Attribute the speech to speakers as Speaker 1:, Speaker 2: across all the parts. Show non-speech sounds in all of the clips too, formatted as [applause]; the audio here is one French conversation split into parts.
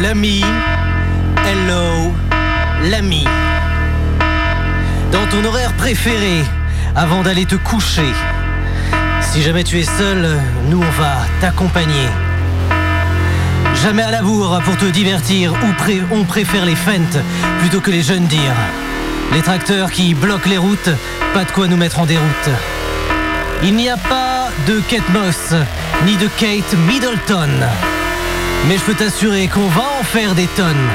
Speaker 1: l'ami. Hello, l'ami. Dans ton horaire préféré, avant d'aller te coucher. Si jamais tu es seul, nous on va t'accompagner. Jamais à la bourre pour te divertir, ou pré- on préfère les fentes plutôt que les jeunes dires. Les tracteurs qui bloquent les routes, pas de quoi nous mettre en déroute. Il n'y a pas de Kate Moss, ni de Kate Middleton. Mais je peux t'assurer qu'on va en faire des tonnes.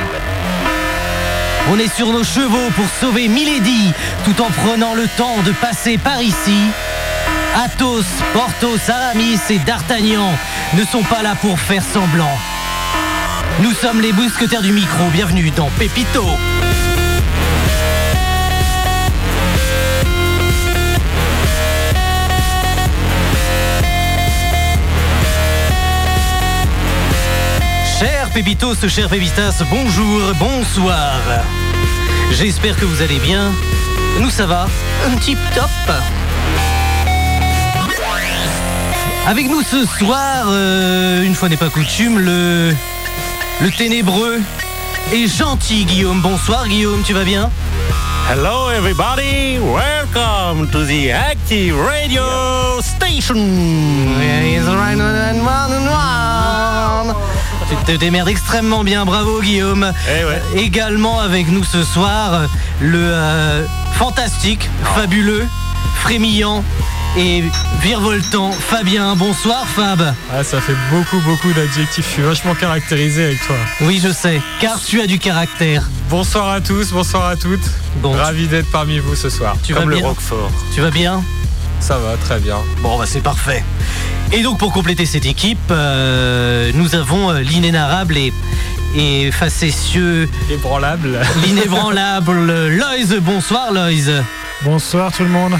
Speaker 1: On est sur nos chevaux pour sauver Milady, tout en prenant le temps de passer par ici. Athos, Porthos, Aramis et D'Artagnan ne sont pas là pour faire semblant. Nous sommes les mousquetaires du micro, bienvenue dans Pépito. Cher Pépitos, cher Pépitas, bonjour, bonsoir. J'espère que vous allez bien. Nous, ça va Un tip top. Avec nous ce soir, euh, une fois n'est pas coutume, le, le ténébreux et gentil Guillaume. Bonsoir Guillaume, tu vas bien
Speaker 2: Hello, everybody. Welcome to the Active Radio Station.
Speaker 1: Tu te démerdes extrêmement bien, bravo Guillaume.
Speaker 2: Eh ouais.
Speaker 1: Également avec nous ce soir, le euh, fantastique,
Speaker 2: Ah.
Speaker 1: fabuleux, frémillant et virevoltant Fabien. Bonsoir Fab.
Speaker 3: Ah, ça fait beaucoup, beaucoup d'adjectifs. Je suis vachement caractérisé avec toi.
Speaker 1: Oui, je sais, car tu as du caractère.
Speaker 3: Bonsoir à tous, bonsoir à toutes.
Speaker 1: Bon,
Speaker 3: Ravi d'être parmi vous ce soir.
Speaker 1: tu vas
Speaker 2: Comme le
Speaker 1: bien
Speaker 2: Roquefort.
Speaker 1: Tu vas bien
Speaker 3: Ça va, très bien.
Speaker 1: Bon, bah c'est parfait. Et donc pour compléter cette équipe, euh, nous avons euh, l'inénarrable et, et facétieux,
Speaker 3: Ébranlable.
Speaker 1: l'inébranlable Loïs. Bonsoir Loïs.
Speaker 4: [laughs] Bonsoir tout le monde.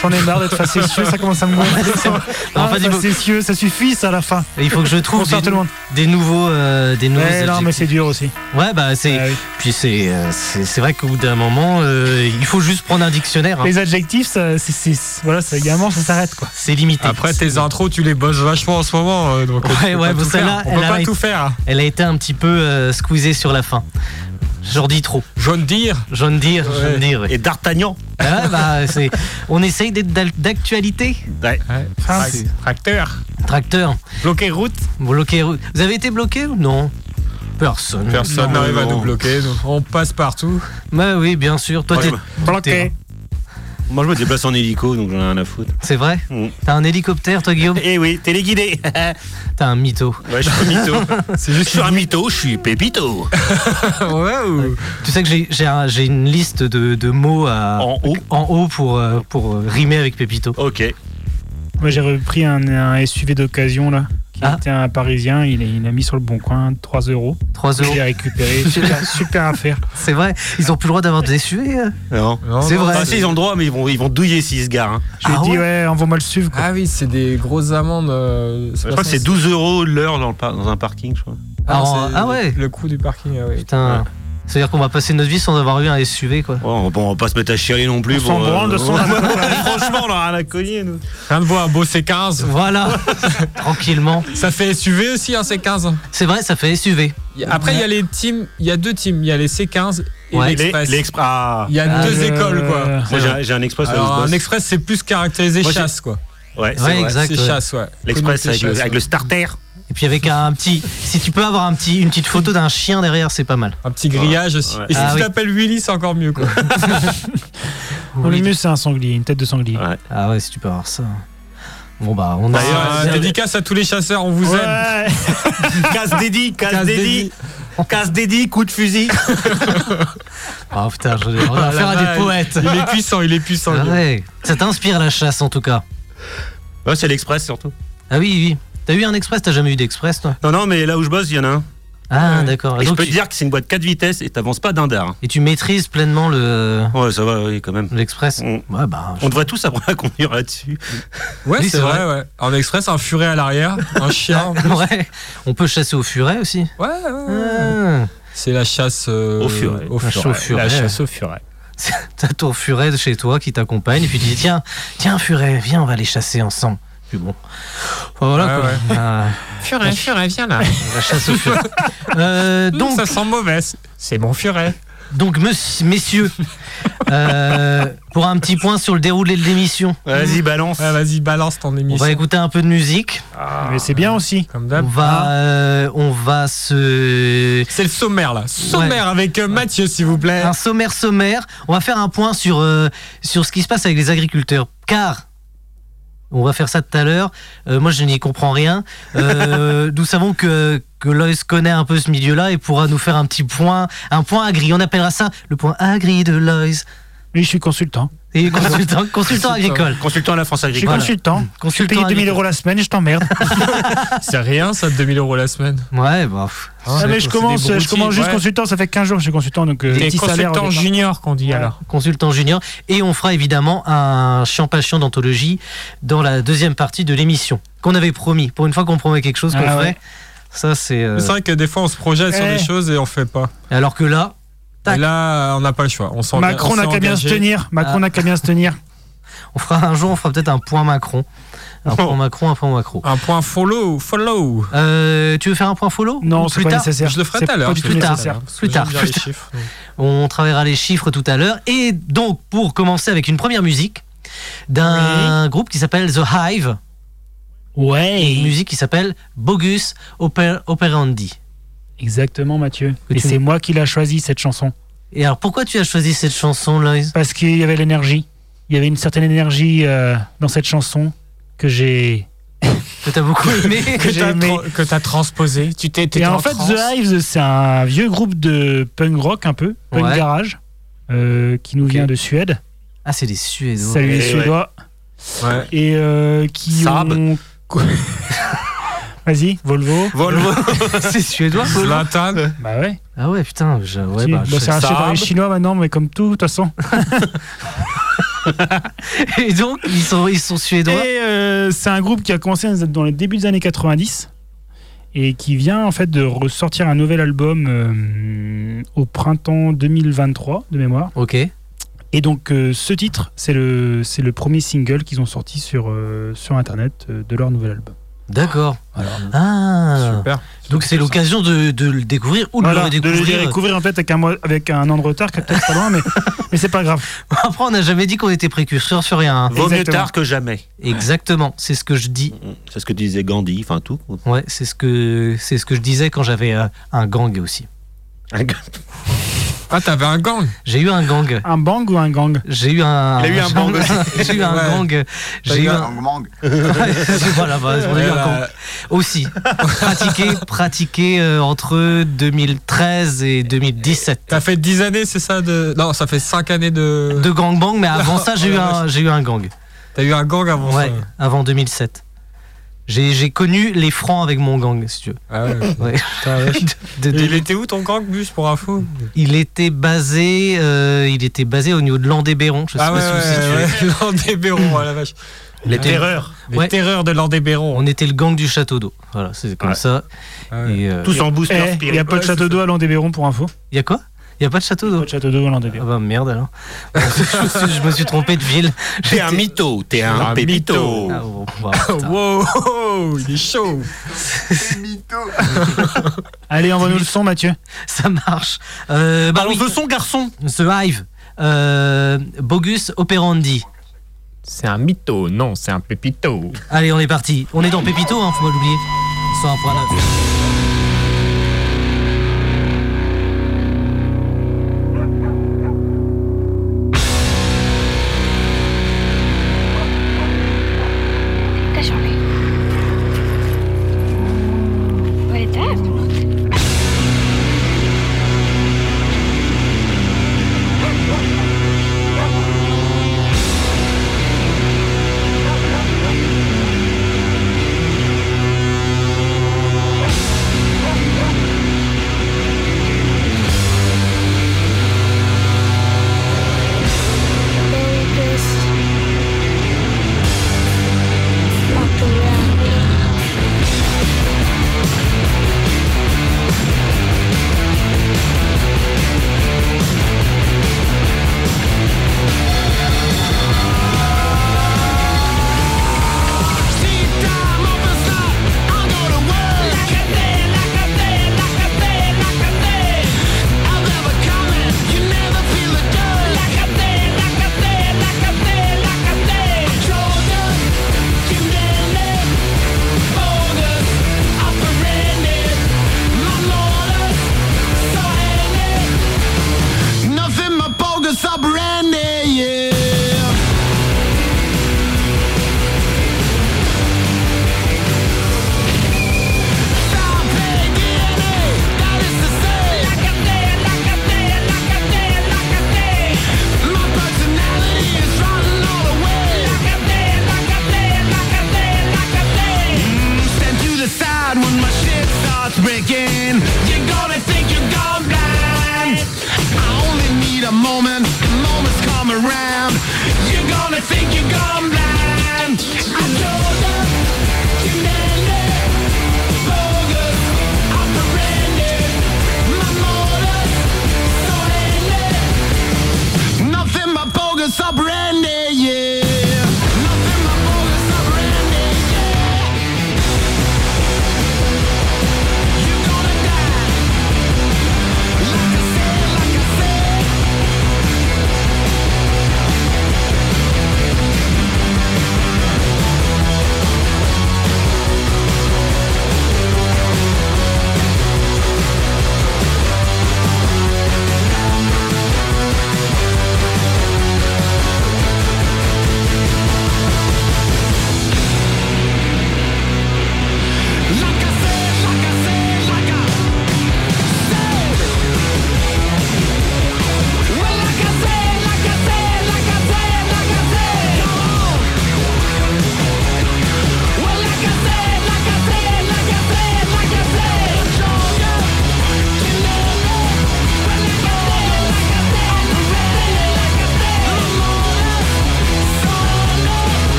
Speaker 4: J'en ai marre d'être facétieux, ça commence à me
Speaker 3: [laughs]
Speaker 4: gonfler.
Speaker 1: Non,
Speaker 4: Ah,
Speaker 1: pas du tout.
Speaker 4: facétieux, ça suffit ça à la fin.
Speaker 1: Il faut que je trouve
Speaker 4: Bonsoir
Speaker 1: des,
Speaker 4: tout le monde.
Speaker 1: des nouveaux, euh, des nouveaux
Speaker 4: Ouais, non, mais
Speaker 1: adjectifs.
Speaker 4: c'est dur aussi.
Speaker 1: Ouais, bah c'est.
Speaker 4: Ah oui.
Speaker 1: Puis c'est, euh, c'est, c'est vrai qu'au bout d'un moment, euh, il faut juste prendre un dictionnaire. hein.
Speaker 4: Les adjectifs, ça, c'est, c'est- voilà, ça, également, ça s'arrête quoi.
Speaker 1: C'est limité.
Speaker 4: Ah,
Speaker 3: Après, tes intros, tu les bosses vachement en ce moment. euh, Donc,
Speaker 1: Ouais,
Speaker 3: euh, tu peux
Speaker 1: ouais,
Speaker 3: pas
Speaker 1: bon,
Speaker 3: tout
Speaker 1: celle-là,
Speaker 3: faire. On
Speaker 1: elle
Speaker 3: peut pas
Speaker 1: arrête.
Speaker 3: tout
Speaker 4: Hein,
Speaker 3: faire.
Speaker 1: Elle a été un petit peu euh, squeezée sur la fin. J'en dis trop.
Speaker 3: Jaune dire.
Speaker 1: J'en dis, j'en
Speaker 3: Ouais.
Speaker 1: dis.
Speaker 4: [laughs]
Speaker 1: ouais.
Speaker 2: Et D'Artagnan.
Speaker 1: Ah, bah, c'est... On essaye d'être d'al- d'actualité.
Speaker 2: Ouais.
Speaker 3: Ouais.
Speaker 4: Ah,
Speaker 3: Trac-
Speaker 4: c'est-
Speaker 3: Tracteur.
Speaker 1: Tracteur,
Speaker 2: Bloqué route.
Speaker 1: bloqué. route. Vous avez été bloqué ou non Personne.
Speaker 3: Personne n'arrive à
Speaker 2: non.
Speaker 3: nous bloquer. donc on passe partout. [laughs]
Speaker 1: Bah oui, bien sûr. Toi,
Speaker 2: Moi,
Speaker 1: t'es-
Speaker 2: je me-
Speaker 4: Bloqué.
Speaker 2: Moi, je me déplace en hélico, donc j'en ai rien à foutre.
Speaker 1: c'est vrai
Speaker 2: Mm.
Speaker 1: T'as un hélicoptère, toi, Guillaume
Speaker 2: Eh oui,
Speaker 3: [laughs]
Speaker 2: téléguidé.
Speaker 1: T'as un mytho.
Speaker 2: ouais, je [laughs] suis mytho.
Speaker 3: C'est
Speaker 2: je
Speaker 3: juste.
Speaker 2: suis un mytho, je suis pépito.
Speaker 3: Waouh.
Speaker 1: Tu sais que j'ai, j'ai, un- j'ai une liste de, de mots à-
Speaker 2: En haut.
Speaker 1: en haut pour, euh, pour euh, rimer avec Pépito.
Speaker 2: Ok.
Speaker 4: Moi j'ai repris un, un SUV d'occasion là, qui
Speaker 1: Ah.
Speaker 4: était un parisien, il, est- il a mis sur le bon coin 3 euros.
Speaker 1: 3
Speaker 4: Je
Speaker 1: euros.
Speaker 4: l'ai
Speaker 3: [laughs]
Speaker 4: récupéré. super, super affaire.
Speaker 1: C'est vrai Ils ont plus le droit d'avoir des SUV euh
Speaker 2: Non.
Speaker 3: Non,
Speaker 1: C'est
Speaker 3: non,
Speaker 1: vrai.
Speaker 2: Ah, si, ils ont le droit, mais ils vont, ils vont douiller s'ils se garent. hein.
Speaker 4: Je lui ai
Speaker 1: Ah
Speaker 4: dit
Speaker 1: ouais
Speaker 4: ouais, envoie-moi le SUV quoi.
Speaker 3: Ah oui, c'est des grosses amendes. euh,
Speaker 2: Je crois que c'est 12 euros l'heure dans, le par- dans un parking, je crois.
Speaker 3: Ah,
Speaker 1: Alors,
Speaker 3: c'est
Speaker 1: ah ouais.
Speaker 3: Le coût du parking, ah oui.
Speaker 1: Putain. C'est-à-dire qu'on va passer notre vie sans avoir eu un SUV, quoi.
Speaker 2: Bon, bon, on va pas se mettre à chialer non plus.
Speaker 4: On s'en
Speaker 2: bon,
Speaker 4: branle
Speaker 2: [laughs]
Speaker 4: de son-
Speaker 2: Franchement, on en a rien à cogner, nous.
Speaker 3: Rien de voir un beau C15.
Speaker 2: [laughs]
Speaker 1: Voilà, tranquillement.
Speaker 3: Ça fait SUV aussi, un C15.
Speaker 1: C'est vrai, ça fait SUV.
Speaker 3: Y a- Après, il y a les teams, il y a deux teams, il y a les C15 et
Speaker 1: Ouais.
Speaker 2: Les-
Speaker 3: l'Express.
Speaker 2: l'exp- ah.
Speaker 3: Il y a
Speaker 1: Ah,
Speaker 3: deux
Speaker 4: je-
Speaker 3: écoles quoi.
Speaker 2: Moi, j'ai un- j'ai un express à
Speaker 3: Alors,
Speaker 2: Lisbonne.
Speaker 3: un Express, c'est plus caractérisé
Speaker 2: Moi, j'ai-
Speaker 3: chasse quoi.
Speaker 2: Ouais, c'est
Speaker 1: Ouais,
Speaker 2: vrai.
Speaker 1: exact.
Speaker 3: C'est
Speaker 1: ouais.
Speaker 3: chasse, ouais.
Speaker 2: L'express
Speaker 3: Communauté
Speaker 2: avec,
Speaker 3: chasse,
Speaker 2: le- avec
Speaker 3: ouais.
Speaker 2: le starter.
Speaker 1: Et puis avec un petit. Si tu peux avoir un petit, une petite photo d'un chien derrière, c'est pas mal.
Speaker 3: Un petit grillage aussi.
Speaker 2: Ouais.
Speaker 3: Et si
Speaker 1: Ah
Speaker 3: tu
Speaker 1: oui.
Speaker 3: t'appelles Willy, c'est encore mieux quoi.
Speaker 4: Non, le mieux c'est un sanglier, une tête de sanglier.
Speaker 2: Ouais.
Speaker 1: Ah ouais, si tu peux avoir ça. Bon bah, on a.
Speaker 2: D'ailleurs, euh,
Speaker 3: Ah,
Speaker 2: c'est-
Speaker 3: dédicace à tous les chasseurs, on vous aime.
Speaker 4: Ouais.
Speaker 2: Casse dédi, casse
Speaker 3: Casse
Speaker 2: dédi, casse dédi, coup de fusil.
Speaker 1: Ah putain, je...
Speaker 2: [laughs]
Speaker 1: on a
Speaker 3: Ah,
Speaker 1: affaire à
Speaker 3: là-bas,
Speaker 1: des poètes.
Speaker 3: Il est puissant, il est puissant. lui.
Speaker 1: Ah Ouais. Ça t'inspire la chasse en tout cas.
Speaker 2: Ouais, c'est l'express surtout.
Speaker 1: Ah oui, oui. T'as eu un express T'as jamais eu d'express toi
Speaker 2: Non, non, mais là où je bosse, il y en a un.
Speaker 1: Ah
Speaker 3: Ouais.
Speaker 1: d'accord.
Speaker 2: Et je
Speaker 1: donc,
Speaker 2: peux
Speaker 1: tu...
Speaker 2: te dire que c'est une boîte 4 vitesses et t'avances pas d'un dard.
Speaker 1: et tu maîtrises pleinement le
Speaker 2: Ouais, ça va, oui, quand même.
Speaker 1: l'express.
Speaker 2: On,
Speaker 1: Ouais bah.
Speaker 2: on devrait tous apprendre à conduire là-dessus.
Speaker 1: Oui,
Speaker 3: Ouais, c'est
Speaker 1: c'est
Speaker 3: vrai, ouais. Un Express, un furet à l'arrière, un chien.
Speaker 1: [laughs] Ouais. On peut chasser au furet aussi.
Speaker 3: Ouais, ouais, ouais.
Speaker 1: Ah.
Speaker 3: C'est la chasse euh,
Speaker 2: Au furet.
Speaker 3: Au
Speaker 1: chasse au furet.
Speaker 4: La chasse au furet.
Speaker 1: [laughs] T'as ton furet de chez toi qui t'accompagne et puis tu dis tiens, tiens furet, viens on va les chasser ensemble. Puis bon. Enfin, voilà
Speaker 3: Ouais,
Speaker 1: quoi. Ah,
Speaker 3: Furet, furet, viens là.
Speaker 1: la chasse au furet. Euh, [laughs]
Speaker 3: Donc
Speaker 1: donc,
Speaker 3: ça sent mauvais. C'est mon furet.
Speaker 1: donc mes- messieurs, euh, pour un petit point sur le déroulé de l'émission,
Speaker 2: Vas-y, balance.
Speaker 3: Ouais, vas-y, balance ton
Speaker 1: on va
Speaker 3: émission.
Speaker 1: écouter un peu de musique.
Speaker 3: Ah.
Speaker 5: Mais c'est bien aussi.
Speaker 3: Comme
Speaker 1: On
Speaker 3: d'hab. Ah,
Speaker 1: va, euh, on va se
Speaker 3: C'est le sommaire là. Sommaire avec euh, Mathieu, s'il vous plaît.
Speaker 1: un sommaire sommaire. On va faire un point sur, euh, sur ce qui se passe avec les agriculteurs. Car, on va faire ça tout à l'heure, euh, moi je n'y comprends rien. Euh, nous savons que, que Loïs connaît un peu ce milieu-là et pourra nous faire un petit point, un point agri. On appellera ça le point agri de Loïs.
Speaker 5: Lui, je suis consultant.
Speaker 1: Et consultant, consultant agricole.
Speaker 2: Consultant à la France
Speaker 5: Je suis
Speaker 2: agricole.
Speaker 5: consultant. Je
Speaker 1: Consultant
Speaker 5: paye 2000
Speaker 1: agricole.
Speaker 5: euros la semaine et je t'emmerde.
Speaker 3: C'est rien ça, 2000 euros la semaine.
Speaker 1: Ouais, bah, pff.
Speaker 5: Ah, mais je commence, je commence juste
Speaker 3: consultant.
Speaker 5: consultant. Ça fait 15 jours que je suis consultant. Donc, euh,
Speaker 3: Et
Speaker 5: petit salaire au
Speaker 3: consultant
Speaker 5: départ.
Speaker 3: junior qu'on dit alors.
Speaker 1: consultant junior. Et on fera évidemment un chien patient d'anthologie dans la deuxième partie de l'émission qu'on avait promis. Pour une fois qu'on promet quelque chose qu'on
Speaker 5: Ah
Speaker 1: ferait,
Speaker 5: ouais.
Speaker 1: ça c'est. euh,
Speaker 3: Mais C'est vrai que des fois on se projette sur
Speaker 5: Eh.
Speaker 3: des choses et on fait pas.
Speaker 1: Alors que là, Tac.
Speaker 3: Et là, euh, on n'a pas le choix. On s'en
Speaker 5: Macron
Speaker 3: on
Speaker 5: n'a
Speaker 3: s'est
Speaker 5: qu'à bien se
Speaker 3: engagé.
Speaker 5: tenir. Macron
Speaker 1: Ah.
Speaker 5: n'a qu'à bien se tenir.
Speaker 1: on fera un jour, on fera peut-être un point Macron,
Speaker 5: Oh.
Speaker 1: un point Macron, un point Macron.
Speaker 3: Un point follow, follow.
Speaker 1: Euh, tu veux faire un point follow
Speaker 5: Non,
Speaker 1: Ou
Speaker 5: c'est
Speaker 1: plus
Speaker 5: pas
Speaker 1: tard.
Speaker 5: nécessaire.
Speaker 3: Je le ferai
Speaker 5: C'est
Speaker 3: tout à
Speaker 5: Pas
Speaker 3: l'heure.
Speaker 5: du
Speaker 3: je
Speaker 5: tout
Speaker 3: le ferai
Speaker 1: tard.
Speaker 3: tout
Speaker 5: nécessaire.
Speaker 3: à l'heure, parce que
Speaker 1: Plus tard,
Speaker 3: j'aime bien
Speaker 1: plus
Speaker 3: les
Speaker 1: tard.
Speaker 3: chiffres, donc.
Speaker 1: On travaillera les chiffres tout à l'heure. Et donc pour commencer avec une première musique d'un groupe qui s'appelle The Hive, une
Speaker 4: Ouais,
Speaker 1: musique qui s'appelle Bogus Oper Operandi.
Speaker 4: exactement Mathieu.
Speaker 1: Que
Speaker 4: Et
Speaker 1: tu-
Speaker 4: c'est moi qui l'a choisi cette chanson
Speaker 1: Et alors pourquoi tu as choisi cette chanson, Loïs
Speaker 4: parce qu'il y avait l'énergie. Il y avait une certaine énergie euh, dans cette chanson que j'ai.
Speaker 1: Que t'as beaucoup aimé
Speaker 3: Que
Speaker 4: j'ai
Speaker 3: t'as
Speaker 4: aimé.
Speaker 3: tra- que t'as transposé. Tu t'es. t'étais
Speaker 4: Et en fait,
Speaker 3: transe.
Speaker 4: The Hives, c'est un vieux groupe de punk rock un peu, punk
Speaker 1: Ouais.
Speaker 4: garage, euh, qui nous vient de Suède.
Speaker 1: Ah, c'est des Suédois.
Speaker 4: Salut les
Speaker 2: ouais.
Speaker 4: Suédois.
Speaker 3: Ouais.
Speaker 4: Et euh, qui
Speaker 2: Saab.
Speaker 4: ont.
Speaker 1: [laughs]
Speaker 4: Vas-y, Volvo.
Speaker 3: Volvo.
Speaker 1: [laughs] c'est Suédois
Speaker 3: Zlatan.
Speaker 4: Bah ouais.
Speaker 1: Ah ouais, putain. je- ouais,
Speaker 4: Si.
Speaker 1: bah,
Speaker 4: Bah,
Speaker 1: je-
Speaker 4: c'est racheté par
Speaker 3: Saab.
Speaker 4: les Chinois maintenant, mais comme tout, de toute façon.
Speaker 1: [laughs] Et donc, ils sont, ils sont Suédois.
Speaker 4: Et euh, c'est un groupe qui a commencé dans les débuts des années 90 et qui vient en fait de ressortir un nouvel album euh, au printemps 2023 de mémoire.
Speaker 1: Ok.
Speaker 4: Et donc euh, ce titre, c'est le c'est le premier single qu'ils ont sorti sur euh, sur internet euh, de leur nouvel album.
Speaker 1: D'accord.
Speaker 4: Voilà.
Speaker 1: Ah.
Speaker 3: Super.
Speaker 1: Donc, c'est l'occasion de, de le découvrir ou de
Speaker 4: Voilà,
Speaker 1: le
Speaker 4: de le
Speaker 1: redécouvrir.
Speaker 4: découvrir en fait avec un mois- avec un an de retard, qui est peut-être pas loin, mais mais c'est pas grave.
Speaker 1: [laughs] Après, on n'a jamais dit qu'on était précurseur sur rien. hein.
Speaker 2: Vaut mieux
Speaker 4: Exactement.
Speaker 2: tard que jamais.
Speaker 1: Exactement. C'est ce que je dis.
Speaker 2: C'est ce que disait Gandhi, enfin [laughs] tout.
Speaker 1: Ouais, c'est ce que, c'est ce que je disais quand j'avais euh, un gang aussi.
Speaker 2: Un gars-
Speaker 3: Ah, t'avais un gang.
Speaker 1: J'ai eu un gang.
Speaker 4: Un bang ou un gang
Speaker 1: J'ai eu un.
Speaker 2: Il a eu un bang
Speaker 1: [laughs] J'ai eu un
Speaker 3: Ouais.
Speaker 1: gang.
Speaker 3: T'as
Speaker 1: J'ai
Speaker 3: eu
Speaker 1: eu
Speaker 3: un
Speaker 1: un. [laughs] voilà, bah, on a eu un gang.
Speaker 3: Euh, [laughs]
Speaker 1: aussi pratiqué, pratiqué euh, entre 2013 et 2017.
Speaker 3: T'as fait 10 années, c'est ça de... Non, ça fait 5 années de...
Speaker 1: De gangbang, mais avant ça,
Speaker 3: [laughs]
Speaker 1: j'ai eu, un- j'ai eu un gang.
Speaker 3: T'as eu un gang avant
Speaker 1: Ouais,
Speaker 3: ça.
Speaker 1: avant 2007. J'ai j'ai connu les francs avec mon gang, si tu veux.
Speaker 3: Ah ouais.
Speaker 1: Ouais.
Speaker 3: Putain, ouais.
Speaker 1: [laughs] De- de-
Speaker 3: Et il était où ton gang, Bus, pour info
Speaker 1: il, était basé, euh, il était basé au niveau de l'Andébéron. Je sais
Speaker 3: Ah
Speaker 1: pas
Speaker 3: ouais,
Speaker 1: si vous situez.
Speaker 3: ouais, ouais. [laughs] Landébéron, à la vache.
Speaker 1: Les
Speaker 3: terreurs. Les
Speaker 1: Ouais.
Speaker 3: terreurs de Landébéron.
Speaker 1: On était le gang du château d'eau. Voilà, c'est comme
Speaker 2: Ouais.
Speaker 1: ça.
Speaker 3: Ah
Speaker 1: Il
Speaker 3: ouais.
Speaker 2: Tous en booster
Speaker 4: Eh, Il
Speaker 2: spirit.
Speaker 4: y a pas de
Speaker 3: Ouais,
Speaker 4: château d'eau à Landébéron pour info.
Speaker 1: y a quoi Il y a pas de château
Speaker 4: Pas
Speaker 1: d'eau
Speaker 4: de château d'eau à
Speaker 1: Ah
Speaker 4: Landébéron.
Speaker 1: bah merde alors. [laughs] je, me suis- je me suis trompé de ville.
Speaker 2: T'es un mytho, t'es un,
Speaker 3: Un
Speaker 2: pépito.
Speaker 1: Ah, bon, bah, putain.
Speaker 3: Oh. [laughs] Wow, wow, il est chaud.
Speaker 4: Allez, envoie-nous le son, Mathieu.
Speaker 1: Ça marche. Euh, bah, oui.
Speaker 2: veut son garçon.
Speaker 1: The Hive, euh, Bogus Operandi.
Speaker 6: C'est un mytho, non, c'est un pépito.
Speaker 1: Allez, on est parti. On est dans Pépito, hein, faut pas l'oublier. 101.9.
Speaker 7: ta journée. Ouais, t'as pour moi.
Speaker 8: Thank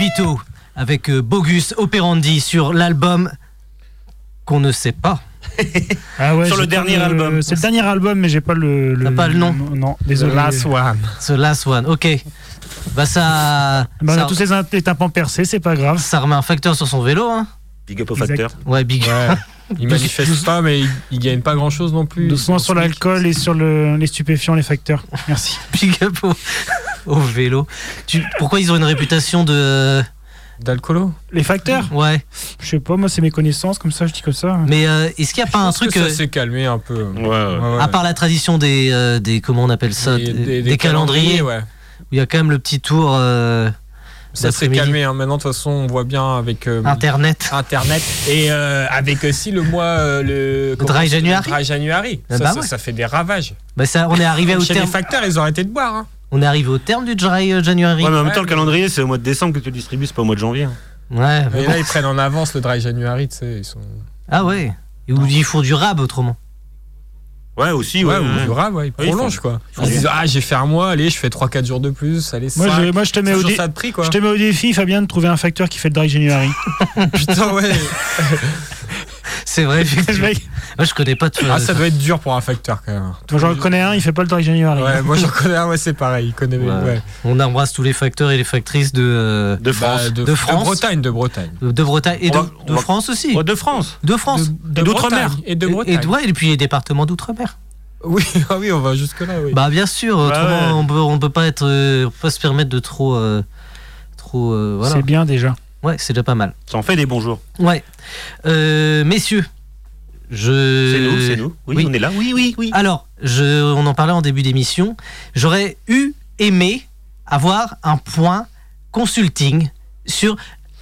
Speaker 1: Mito avec euh, Bogus Operandi sur l'album qu'on ne sait pas.
Speaker 4: Ah ouais,
Speaker 2: Sur
Speaker 4: j'ai
Speaker 2: le
Speaker 4: pas
Speaker 2: dernier album.
Speaker 4: C'est le dernier album, mais j'ai pas le.
Speaker 1: T'as pas le nom
Speaker 4: Non, désolé.
Speaker 3: One.
Speaker 1: Ce Last One, ok. Bah ça,
Speaker 4: Bah, on a
Speaker 1: ça,
Speaker 4: tous les in- les tympans percés, c'est pas grave.
Speaker 1: ça remet un facteur sur son vélo. Hein.
Speaker 2: Big up au
Speaker 4: Exact.
Speaker 2: facteur.
Speaker 1: Ouais, Big.
Speaker 3: [laughs]
Speaker 1: [laughs]
Speaker 3: Ouais. Il manifeste pas, mais il, il gagne pas grand chose non plus.
Speaker 4: Doucement sur
Speaker 3: la
Speaker 4: l'alcool et sur le- les stupéfiants, les facteurs. Merci.
Speaker 1: Big up au, au vélo. Tu- pourquoi ils ont une réputation de.
Speaker 3: D'alcoolo
Speaker 4: Les facteurs
Speaker 1: Ouais.
Speaker 4: Je sais pas, moi c'est mes connaissances, comme ça je dis comme ça.
Speaker 1: Mais euh, est-ce qu'il n'y a pas un
Speaker 3: Parce que
Speaker 1: truc.
Speaker 3: ça
Speaker 1: euh,
Speaker 3: s'est calmé un peu.
Speaker 2: Ouais, ouais.
Speaker 3: Ouais, ouais.
Speaker 1: À part la tradition des, euh, des comment on appelle ça, des,
Speaker 3: Des- des-
Speaker 1: des
Speaker 3: des
Speaker 1: calendriers,
Speaker 3: ouais.
Speaker 1: où il y a quand même le petit tour euh,
Speaker 3: Ça s'est
Speaker 1: D'après-midi.
Speaker 3: calmé. hein. Maintenant, de toute façon, on voit bien avec euh,
Speaker 1: internet.
Speaker 3: Internet et euh, avec aussi le mois euh, le comment-
Speaker 1: dry January.
Speaker 3: le dry January.
Speaker 1: Ah
Speaker 3: ça,
Speaker 1: bah
Speaker 3: ça,
Speaker 1: ouais.
Speaker 3: ça fait des ravages.
Speaker 1: Bah ça, on est
Speaker 3: [laughs]
Speaker 1: arrivé au
Speaker 3: Chez
Speaker 1: terme.
Speaker 3: les facteurs, ils ont arrêté de boire. hein.
Speaker 1: On est arrivé au terme du dry euh, January.
Speaker 2: Ouais, mais en même temps, le
Speaker 3: Ouais.
Speaker 2: calendrier, c'est au mois de décembre que tu le distribues, c'est pas au mois de janvier. hein.
Speaker 1: Ouais, mais
Speaker 3: Et
Speaker 1: Ah bon.
Speaker 3: là, ils prennent en avance le dry January. Tu sais, ils sont.
Speaker 1: Ah ouais. Et Ou ils font du rab autrement.
Speaker 2: Ouais, aussi,
Speaker 3: Ouais,
Speaker 2: ouais.
Speaker 3: ou
Speaker 2: ouais.
Speaker 3: du rab, ouais, ils
Speaker 2: Oui, ils
Speaker 3: prolongent
Speaker 2: font-
Speaker 3: quoi.
Speaker 2: font
Speaker 3: Ils
Speaker 2: du-
Speaker 3: disent, ah, j'ai fait un mois, allez, je fais 3-4 jours de plus, allez,
Speaker 4: Moi je,
Speaker 3: 5.
Speaker 4: moi, je, te mets au
Speaker 3: toujours
Speaker 4: dé-
Speaker 3: ça de prix quoi.
Speaker 4: je te mets au défi, Fabien, de trouver un facteur qui fait le dry
Speaker 3: [laughs]
Speaker 4: January.
Speaker 3: Putain, [laughs] ouais.
Speaker 1: C'est vrai.
Speaker 4: Le
Speaker 1: effectivement.
Speaker 4: mec,
Speaker 1: Moi je connais pas tout.
Speaker 3: Ah, ça doit être dur pour un facteur quand même.
Speaker 4: Moi, j'en connais un, il fait pas le dry
Speaker 2: Ah,
Speaker 4: January.
Speaker 3: Ouais, moi j'en connais un, ouais, c'est pareil. Il connaît,
Speaker 1: Ouais.
Speaker 3: ouais.
Speaker 1: On embrasse tous les facteurs et les factrices de euh,
Speaker 2: De France.
Speaker 3: Bah, de,
Speaker 1: De France.
Speaker 3: de Bretagne, de Bretagne.
Speaker 1: de Bretagne et de,
Speaker 2: On va- on
Speaker 1: de
Speaker 2: va-
Speaker 1: France aussi.
Speaker 2: Ouais, de France.
Speaker 1: De France.
Speaker 3: De- de
Speaker 2: d'outre-mer.
Speaker 3: Bretagne. Et de
Speaker 1: Et-
Speaker 3: Bretagne.
Speaker 1: Et, ouais, et puis les départements d'outre-mer.
Speaker 3: [laughs] Oui, ah oui, on va jusque là, oui.
Speaker 1: Bah bien sûr, autrement
Speaker 2: ouais.
Speaker 1: on peut on peut pas être euh, on peut pas se permettre de trop euh, trop euh, voilà.
Speaker 4: C'est bien déjà.
Speaker 1: Ouais, c'est déjà pas mal.
Speaker 2: Ça en fait des bons jours.
Speaker 1: Ouais. Euh, messieurs, je.
Speaker 2: C'est nous, c'est nous. Euh, Oui,
Speaker 1: oui.
Speaker 2: on est là. Ah. Oui, oui, oui.
Speaker 1: Alors, je, on en parlait en début d'émission. J'aurais eu aimé avoir un point consulting sur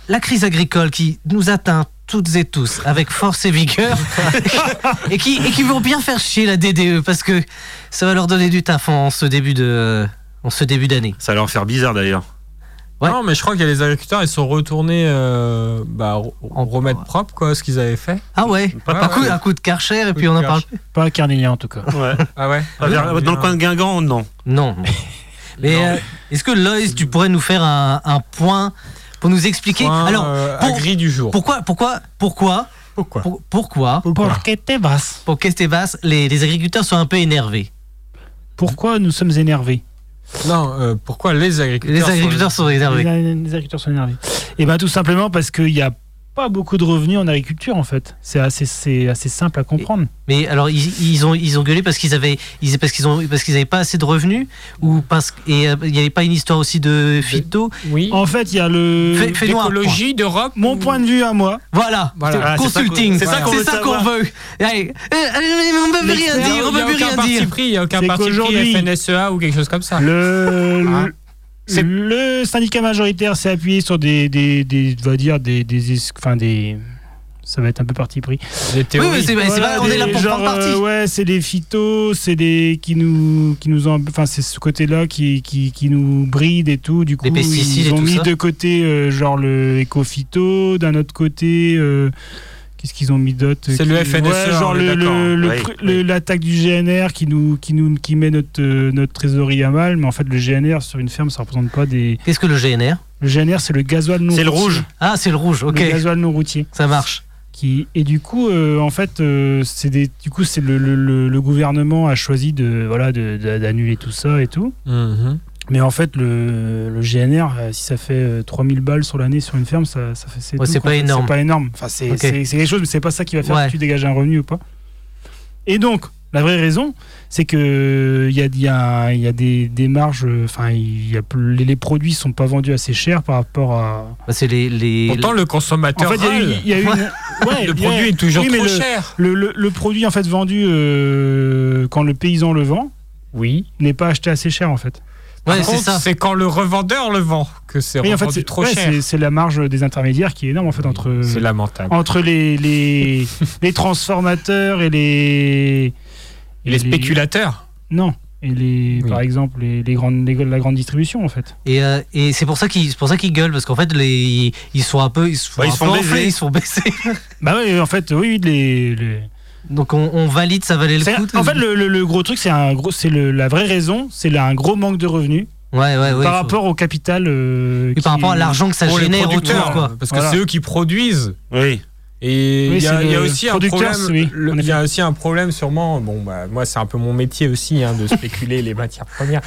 Speaker 1: la crise agricole qui nous atteint toutes et tous avec force et vigueur et qui, et qui vont bien faire chier la DDE parce que ça va leur donner du taf en ce début de. En ce début d'année.
Speaker 2: Ça va leur faire bizarre d'ailleurs.
Speaker 1: ouais.
Speaker 3: Non, mais je crois que les agriculteurs, ils sont retournés euh, bah, re-
Speaker 1: En-
Speaker 3: remettre propre, quoi, ce qu'ils avaient fait.
Speaker 1: Ah ouais,
Speaker 3: Pas
Speaker 1: un,
Speaker 3: par
Speaker 1: coup,
Speaker 3: contre.
Speaker 1: un coup de karcher et
Speaker 3: Coup
Speaker 1: puis
Speaker 3: de
Speaker 1: on en
Speaker 3: Karcher.
Speaker 1: parle
Speaker 4: Pas à Carnelia en tout cas.
Speaker 2: Ouais.
Speaker 3: Ah ouais
Speaker 2: [laughs] Ah, vers- dans le coin de Guingamp, non.
Speaker 1: Non. Mais
Speaker 3: Non.
Speaker 1: euh, est-ce que Loïs, tu pourrais nous faire un, un point pour nous expliquer Alors,
Speaker 3: Alors, euh,
Speaker 1: pour-
Speaker 3: agri du jour.
Speaker 1: pourquoi, pourquoi, pourquoi,
Speaker 3: Pourquoi
Speaker 1: pour- pourquoi,
Speaker 3: Pourquoi
Speaker 4: Porque te vas.
Speaker 1: pour Questebas, les, les agriculteurs sont un peu énervés
Speaker 4: Pourquoi nous sommes énervés
Speaker 3: Non, euh, pourquoi les
Speaker 1: Les
Speaker 3: agriculteurs
Speaker 1: agriculteurs sont
Speaker 3: Ah
Speaker 1: énervés.
Speaker 4: les, les agriculteurs sont énervés. Et ben tout simplement parce qu'il n'y a pas beaucoup de revenus en agriculture en fait. C'est assez, c'est assez simple à comprendre.
Speaker 1: Mais alors, ils, ils ont, ils ont gueulé parce qu'ils avaient, ils, parce qu'ils ont, parce qu'ils avaient pas assez de revenus ou parce et euh, il n'y avait pas une histoire aussi de phyto.
Speaker 3: Oui.
Speaker 4: En fait, il y a le.
Speaker 1: Fais- fais-nous un point.
Speaker 3: Écologie d'Europe.
Speaker 4: Mon point de vue à moi.
Speaker 1: Voilà.
Speaker 3: Voilà.
Speaker 1: C'est-
Speaker 2: Ah, c'est ça
Speaker 1: Consulting.
Speaker 2: qu'on- c'est ça qu'on veut
Speaker 1: qu'on veut. Allez, euh, allez, on ne peut
Speaker 4: Mais
Speaker 1: rien
Speaker 4: c'est-
Speaker 1: dire. On ne peut rien dire.
Speaker 3: Il n'y a aucun
Speaker 4: C'est
Speaker 3: parti
Speaker 4: qu'aujourd'hui-
Speaker 3: pris FNSEA E ou quelque chose comme ça.
Speaker 4: Le.
Speaker 3: Ah.
Speaker 4: le-
Speaker 3: C'est-
Speaker 4: Le syndicat majoritaire s'est appuyé sur des, des, des- on va dire des, des, es- enfin des, ça va être un peu parti pris.
Speaker 3: Les
Speaker 1: Oui,
Speaker 3: théories.
Speaker 1: mais c'est, mais c'est
Speaker 4: Voilà,
Speaker 1: pas- on est là
Speaker 4: des-
Speaker 1: pour
Speaker 4: genre,
Speaker 1: prendre parti.
Speaker 4: euh, ouais, c'est des phytos, c'est des qui nous, qui nous, en- enfin c'est ce côté-là qui, qui, qui nous bride et tout. Du coup,
Speaker 1: pesticides et
Speaker 4: ils ont
Speaker 1: tout
Speaker 4: mis
Speaker 1: ça.
Speaker 4: de côté euh, genre le éco-phyto, d'un autre côté. euh, Qu'est-ce qu'ils ont mis d'autre
Speaker 3: C'est
Speaker 4: qui-
Speaker 3: le FNSEA,
Speaker 4: ouais, genre
Speaker 3: on est
Speaker 4: le- le-
Speaker 3: d'accord, E, hein.
Speaker 4: le
Speaker 2: Oui,
Speaker 4: pr-
Speaker 2: oui.
Speaker 4: le- l'attaque du GNR qui nous qui nous qui met notre euh, notre trésorerie à mal, mais en fait le GNR sur une ferme ça représente pas des.
Speaker 1: Qu'est-ce que le GNR
Speaker 4: Le GNR c'est le gasoil non.
Speaker 2: C'est le
Speaker 4: routier.
Speaker 2: rouge.
Speaker 1: Ah, c'est le rouge. Ok,
Speaker 4: Le gasoil non routier
Speaker 1: ça marche.
Speaker 4: qui et du coup euh, en fait euh, c'est des du coup c'est le, le- le- le gouvernement a choisi de voilà de- de- d'annuler tout ça et tout
Speaker 3: Mhm.
Speaker 4: mais en fait le, le GNR euh, si ça fait euh, 3000 balles sur l'année sur une ferme ça, ça fait c'est
Speaker 1: Ouais,
Speaker 4: tout,
Speaker 1: c'est
Speaker 4: quoi.
Speaker 1: pas
Speaker 4: En fait,
Speaker 1: énorme.
Speaker 4: c'est pas énorme enfin c'est
Speaker 1: Ok.
Speaker 4: c'est- c'est quelque chose mais c'est pas ça qui va faire
Speaker 1: Ouais.
Speaker 4: que tu dégages un revenu ou pas et donc la vraie raison c'est que il y a, il y a- il y a des, des marges euh, enfin il y a plus- les, les produits sont pas vendus assez cher par rapport à
Speaker 1: Bah, c'est les, les-
Speaker 3: Pourtant, le
Speaker 4: en
Speaker 3: consommateur.
Speaker 4: fait il y a eu-
Speaker 3: râle.
Speaker 4: il y a eu, une- ouais,
Speaker 3: le
Speaker 4: il y a-
Speaker 3: produit est toujours
Speaker 4: oui, mais
Speaker 3: trop
Speaker 4: le-
Speaker 3: cher.
Speaker 4: le, le- le produit en fait vendu euh, quand le paysan le vend
Speaker 3: Oui.
Speaker 4: n'est pas acheté assez cher en fait.
Speaker 1: Ouais,
Speaker 3: Par
Speaker 1: c'est
Speaker 3: contre,
Speaker 1: ça.
Speaker 3: C'est quand le revendeur le vend que c'est
Speaker 4: Oui, en
Speaker 3: revendu
Speaker 4: fait, c'est
Speaker 3: trop
Speaker 4: ouais,
Speaker 3: cher.
Speaker 4: c'est- c'est la marge des intermédiaires qui est énorme en fait entre
Speaker 3: C'est lamentable.
Speaker 4: entre les
Speaker 3: [laughs]
Speaker 4: les, les transformateurs et les
Speaker 3: Et les spéculateurs
Speaker 4: non et les
Speaker 3: Oui.
Speaker 4: par exemple les, les grandes les- la grande distribution en fait.
Speaker 1: Et, euh, et c'est pour ça qu'ils, c'est pour ça qu'ils gueulent parce qu'en fait les, ils sont un peu, ils sont,
Speaker 2: Ouais,
Speaker 1: un
Speaker 2: ils se font
Speaker 1: peu
Speaker 2: baiser.
Speaker 1: enflés, ils se font baisser.
Speaker 4: Bah oui en fait oui oui, les, les-
Speaker 1: [laughs] Donc on, on valide, ça valait le
Speaker 4: C'est-
Speaker 1: coup.
Speaker 4: en fait le, le- le gros truc c'est un gros c'est le- la vraie raison c'est là un gros manque de revenus
Speaker 1: Ouais, ouais, ouais.
Speaker 4: par
Speaker 1: faut-
Speaker 4: rapport au capital. euh,
Speaker 1: Oui, par
Speaker 4: qui-
Speaker 1: rapport à l'argent que ça
Speaker 3: Pour les
Speaker 1: génère
Speaker 3: producteurs,
Speaker 1: autour, quoi.
Speaker 3: Parce que
Speaker 4: Voilà.
Speaker 3: c'est eux qui produisent.
Speaker 2: Oui.
Speaker 3: Et il
Speaker 4: Oui,
Speaker 3: y, a-
Speaker 4: c'est
Speaker 3: il y a
Speaker 4: le
Speaker 3: aussi un
Speaker 4: producteur,
Speaker 3: problème.
Speaker 4: c'est- oui,
Speaker 3: le-
Speaker 4: en
Speaker 3: il y a aussi un problème sûrement. Bon, bah, moi, c'est un peu mon métier aussi hein, de spéculer les matières
Speaker 4: [laughs]
Speaker 3: premières.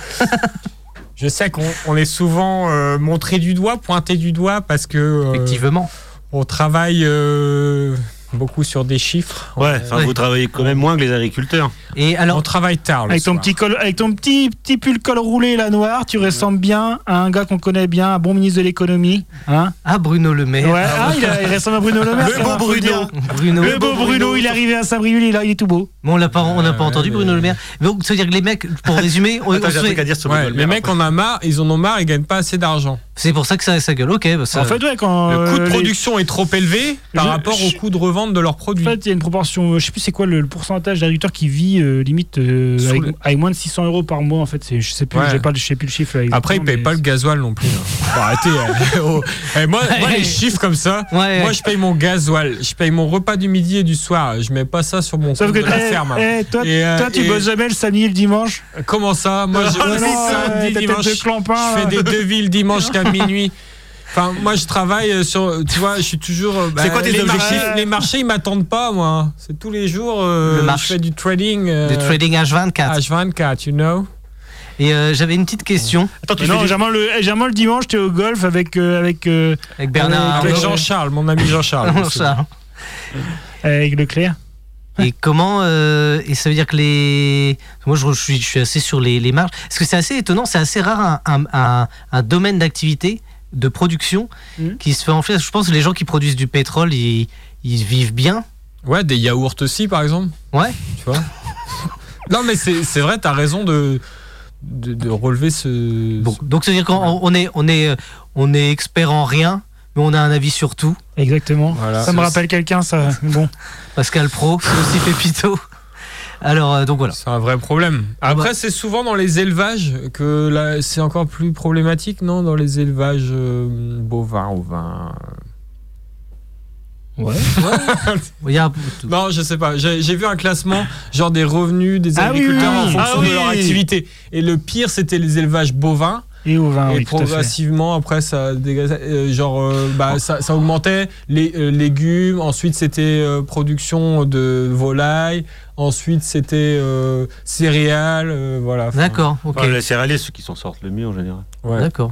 Speaker 3: Je sais qu'on on est souvent euh, montré du doigt, pointé du doigt, parce que euh,
Speaker 1: Effectivement.
Speaker 3: on travaille euh, beaucoup sur des chiffres.
Speaker 2: Ouais, enfin,
Speaker 1: Ouais.
Speaker 2: vous travaillez quand même moins que les agriculteurs.
Speaker 1: Et
Speaker 3: On
Speaker 1: alors,
Speaker 3: travaille tard. le
Speaker 4: Avec ton,
Speaker 3: soir.
Speaker 4: petit col, avec ton petit, petit pull col roulé là noir, tu ressembles bien à un gars qu'on connaît bien, un bon ministre de l'économie. Hein
Speaker 1: ah, Bruno Le Maire. Ah,
Speaker 4: ouais, ah, il, a- il ressemble à Bruno Le Maire.
Speaker 2: Le
Speaker 4: ça
Speaker 2: beau
Speaker 4: va, faut
Speaker 2: Bruno.
Speaker 4: dire.
Speaker 1: Bruno.
Speaker 4: Le beau Bruno, il est arrivé à Saint-Brieuc, il est là, il est tout beau.
Speaker 1: Bon, on l'a pas, on n'a pas
Speaker 3: Ouais,
Speaker 1: entendu
Speaker 3: mais-
Speaker 1: Bruno Le Maire. Donc, ça veut dire que les mecs, pour résumer, on-
Speaker 2: Attends,
Speaker 1: on
Speaker 2: j'ai un
Speaker 1: se-
Speaker 2: truc à dire sur
Speaker 3: Ouais,
Speaker 2: Google
Speaker 3: les
Speaker 2: Maps.
Speaker 3: mecs en a marre, ils en ont marre, ils gagnent pas assez d'argent.
Speaker 1: c'est pour ça que ça, ça gueule. Ok, bah, ça-
Speaker 4: En fait, ouais, quand.
Speaker 3: Le coût de
Speaker 4: euh, les-
Speaker 3: production est trop élevé par
Speaker 4: Je-
Speaker 3: rapport au
Speaker 4: je-
Speaker 3: coût de revente de leurs produits.
Speaker 4: En fait, il y a une proportion, euh, je sais plus c'est quoi le, le pourcentage d'agriculteurs qui vit euh, limite euh,
Speaker 3: Sous
Speaker 4: avec,
Speaker 3: le-
Speaker 4: avec moins de 600 euros par mois. En fait, c'est- je sais plus,
Speaker 3: Ouais.
Speaker 4: j'ai pas, le- je sais plus le chiffre. là,
Speaker 3: Après, ils
Speaker 4: exactement,
Speaker 3: payent
Speaker 4: mais
Speaker 3: pas le
Speaker 4: c'est-
Speaker 3: gasoil non plus. là. Faut arrêter. hein. Oh. Eh, moi, moi, les chiffres comme ça.
Speaker 1: ouais.
Speaker 3: Moi, je paye mon gasoil, je paye mon repas du midi et du soir. Je mets pas ça sur mon
Speaker 4: Sauf
Speaker 3: compte
Speaker 4: que
Speaker 3: de la
Speaker 4: eh,
Speaker 3: ferme.
Speaker 4: eh, toi,
Speaker 3: Et, euh,
Speaker 4: toi, tu
Speaker 3: et-
Speaker 4: bosses jamais le samedi et le dimanche.
Speaker 3: Comment
Speaker 4: [laughs]
Speaker 3: ça Moi, je
Speaker 4: Ah,
Speaker 3: le
Speaker 4: non, euh,
Speaker 3: samedi,
Speaker 4: ta tête
Speaker 3: dimanche,
Speaker 4: de hein. clampin,
Speaker 3: je
Speaker 4: là.
Speaker 3: fais des devis le dimanche
Speaker 4: [laughs]
Speaker 3: jusqu'à minuit. Enfin, moi, je travaille euh, sur. Tu vois, je suis toujours. euh,
Speaker 2: C'est quoi tes
Speaker 3: les
Speaker 2: objectifs
Speaker 3: marchés- Les marchés, ils m'attendent pas, moi. hein. C'est tous les jours. euh,
Speaker 1: Le
Speaker 3: Je
Speaker 1: marché.
Speaker 3: fais du trading. euh,
Speaker 1: de trading H24.
Speaker 3: H24, you know.
Speaker 1: Et euh, j'avais une petite question
Speaker 2: Attends, tu
Speaker 4: Mais
Speaker 2: fais
Speaker 4: non,
Speaker 2: du-
Speaker 4: généralement le, eh, généralement, le dimanche, t'es au golf avec, euh, avec, euh,
Speaker 1: avec Bernard.
Speaker 3: Avec
Speaker 4: ouais.
Speaker 3: Jean-Charles, mon
Speaker 1: [laughs]
Speaker 3: ami Jean-Charles.
Speaker 1: Arnault,
Speaker 3: aussi.
Speaker 1: Charles.
Speaker 4: avec Leclerc.
Speaker 1: Et comment euh, Et ça veut dire que les. Moi, je, je suis, je suis assez sur les, les marges. Parce que c'est assez étonnant, c'est assez rare un, un- un- un domaine d'activité, de production,
Speaker 2: Hmm.
Speaker 4: Mhm.
Speaker 1: qui se fait enfler. Je pense que les gens qui produisent du pétrole, ils, ils vivent bien.
Speaker 3: Ouais, des yaourts aussi, par exemple.
Speaker 1: Ouais.
Speaker 3: Tu vois [laughs] Non, mais c'est c'est vrai, t'as raison de, de, de relever ce.
Speaker 1: Donc, donc ça veut dire qu'on on est, on est, euh, on est expert en rien, mais on a un avis sur tout.
Speaker 4: Exactement.
Speaker 3: Voilà.
Speaker 4: Ça me rappelle quelqu'un, ça. Bon.
Speaker 1: Pascal
Speaker 2: [laughs]
Speaker 1: Pro, c'est aussi Pépito. Alors, euh, donc voilà.
Speaker 3: C'est un vrai problème. Après, c'est souvent dans les élevages que là, c'est encore plus problématique, non Dans les élevages euh, bovins, ovins.
Speaker 4: Ouais.
Speaker 1: Il y a-
Speaker 2: Bah,
Speaker 3: Non, je sais pas. J'ai j'ai vu un classement, genre des revenus des
Speaker 4: Ah oui,
Speaker 3: agriculteurs
Speaker 4: oui, oui.
Speaker 3: en fonction
Speaker 4: Ah
Speaker 3: de leur
Speaker 4: oui.
Speaker 3: activité. Et le pire, c'était les élevages bovins.
Speaker 4: Et au vin,
Speaker 3: et
Speaker 4: Ah oui, tout à fait.
Speaker 3: progressivement, après, ça, dégageait, euh, genre, euh, bah, ça, ça augmentait. Les euh, légumes, ensuite, c'était euh, production de volailles, ensuite, c'était euh, céréales, euh, voilà. Enfin,
Speaker 1: D'accord, ok.
Speaker 2: Enfin, les céréaliers, ceux qui s'en sortent le mieux en général.
Speaker 3: ouais.
Speaker 1: D'accord.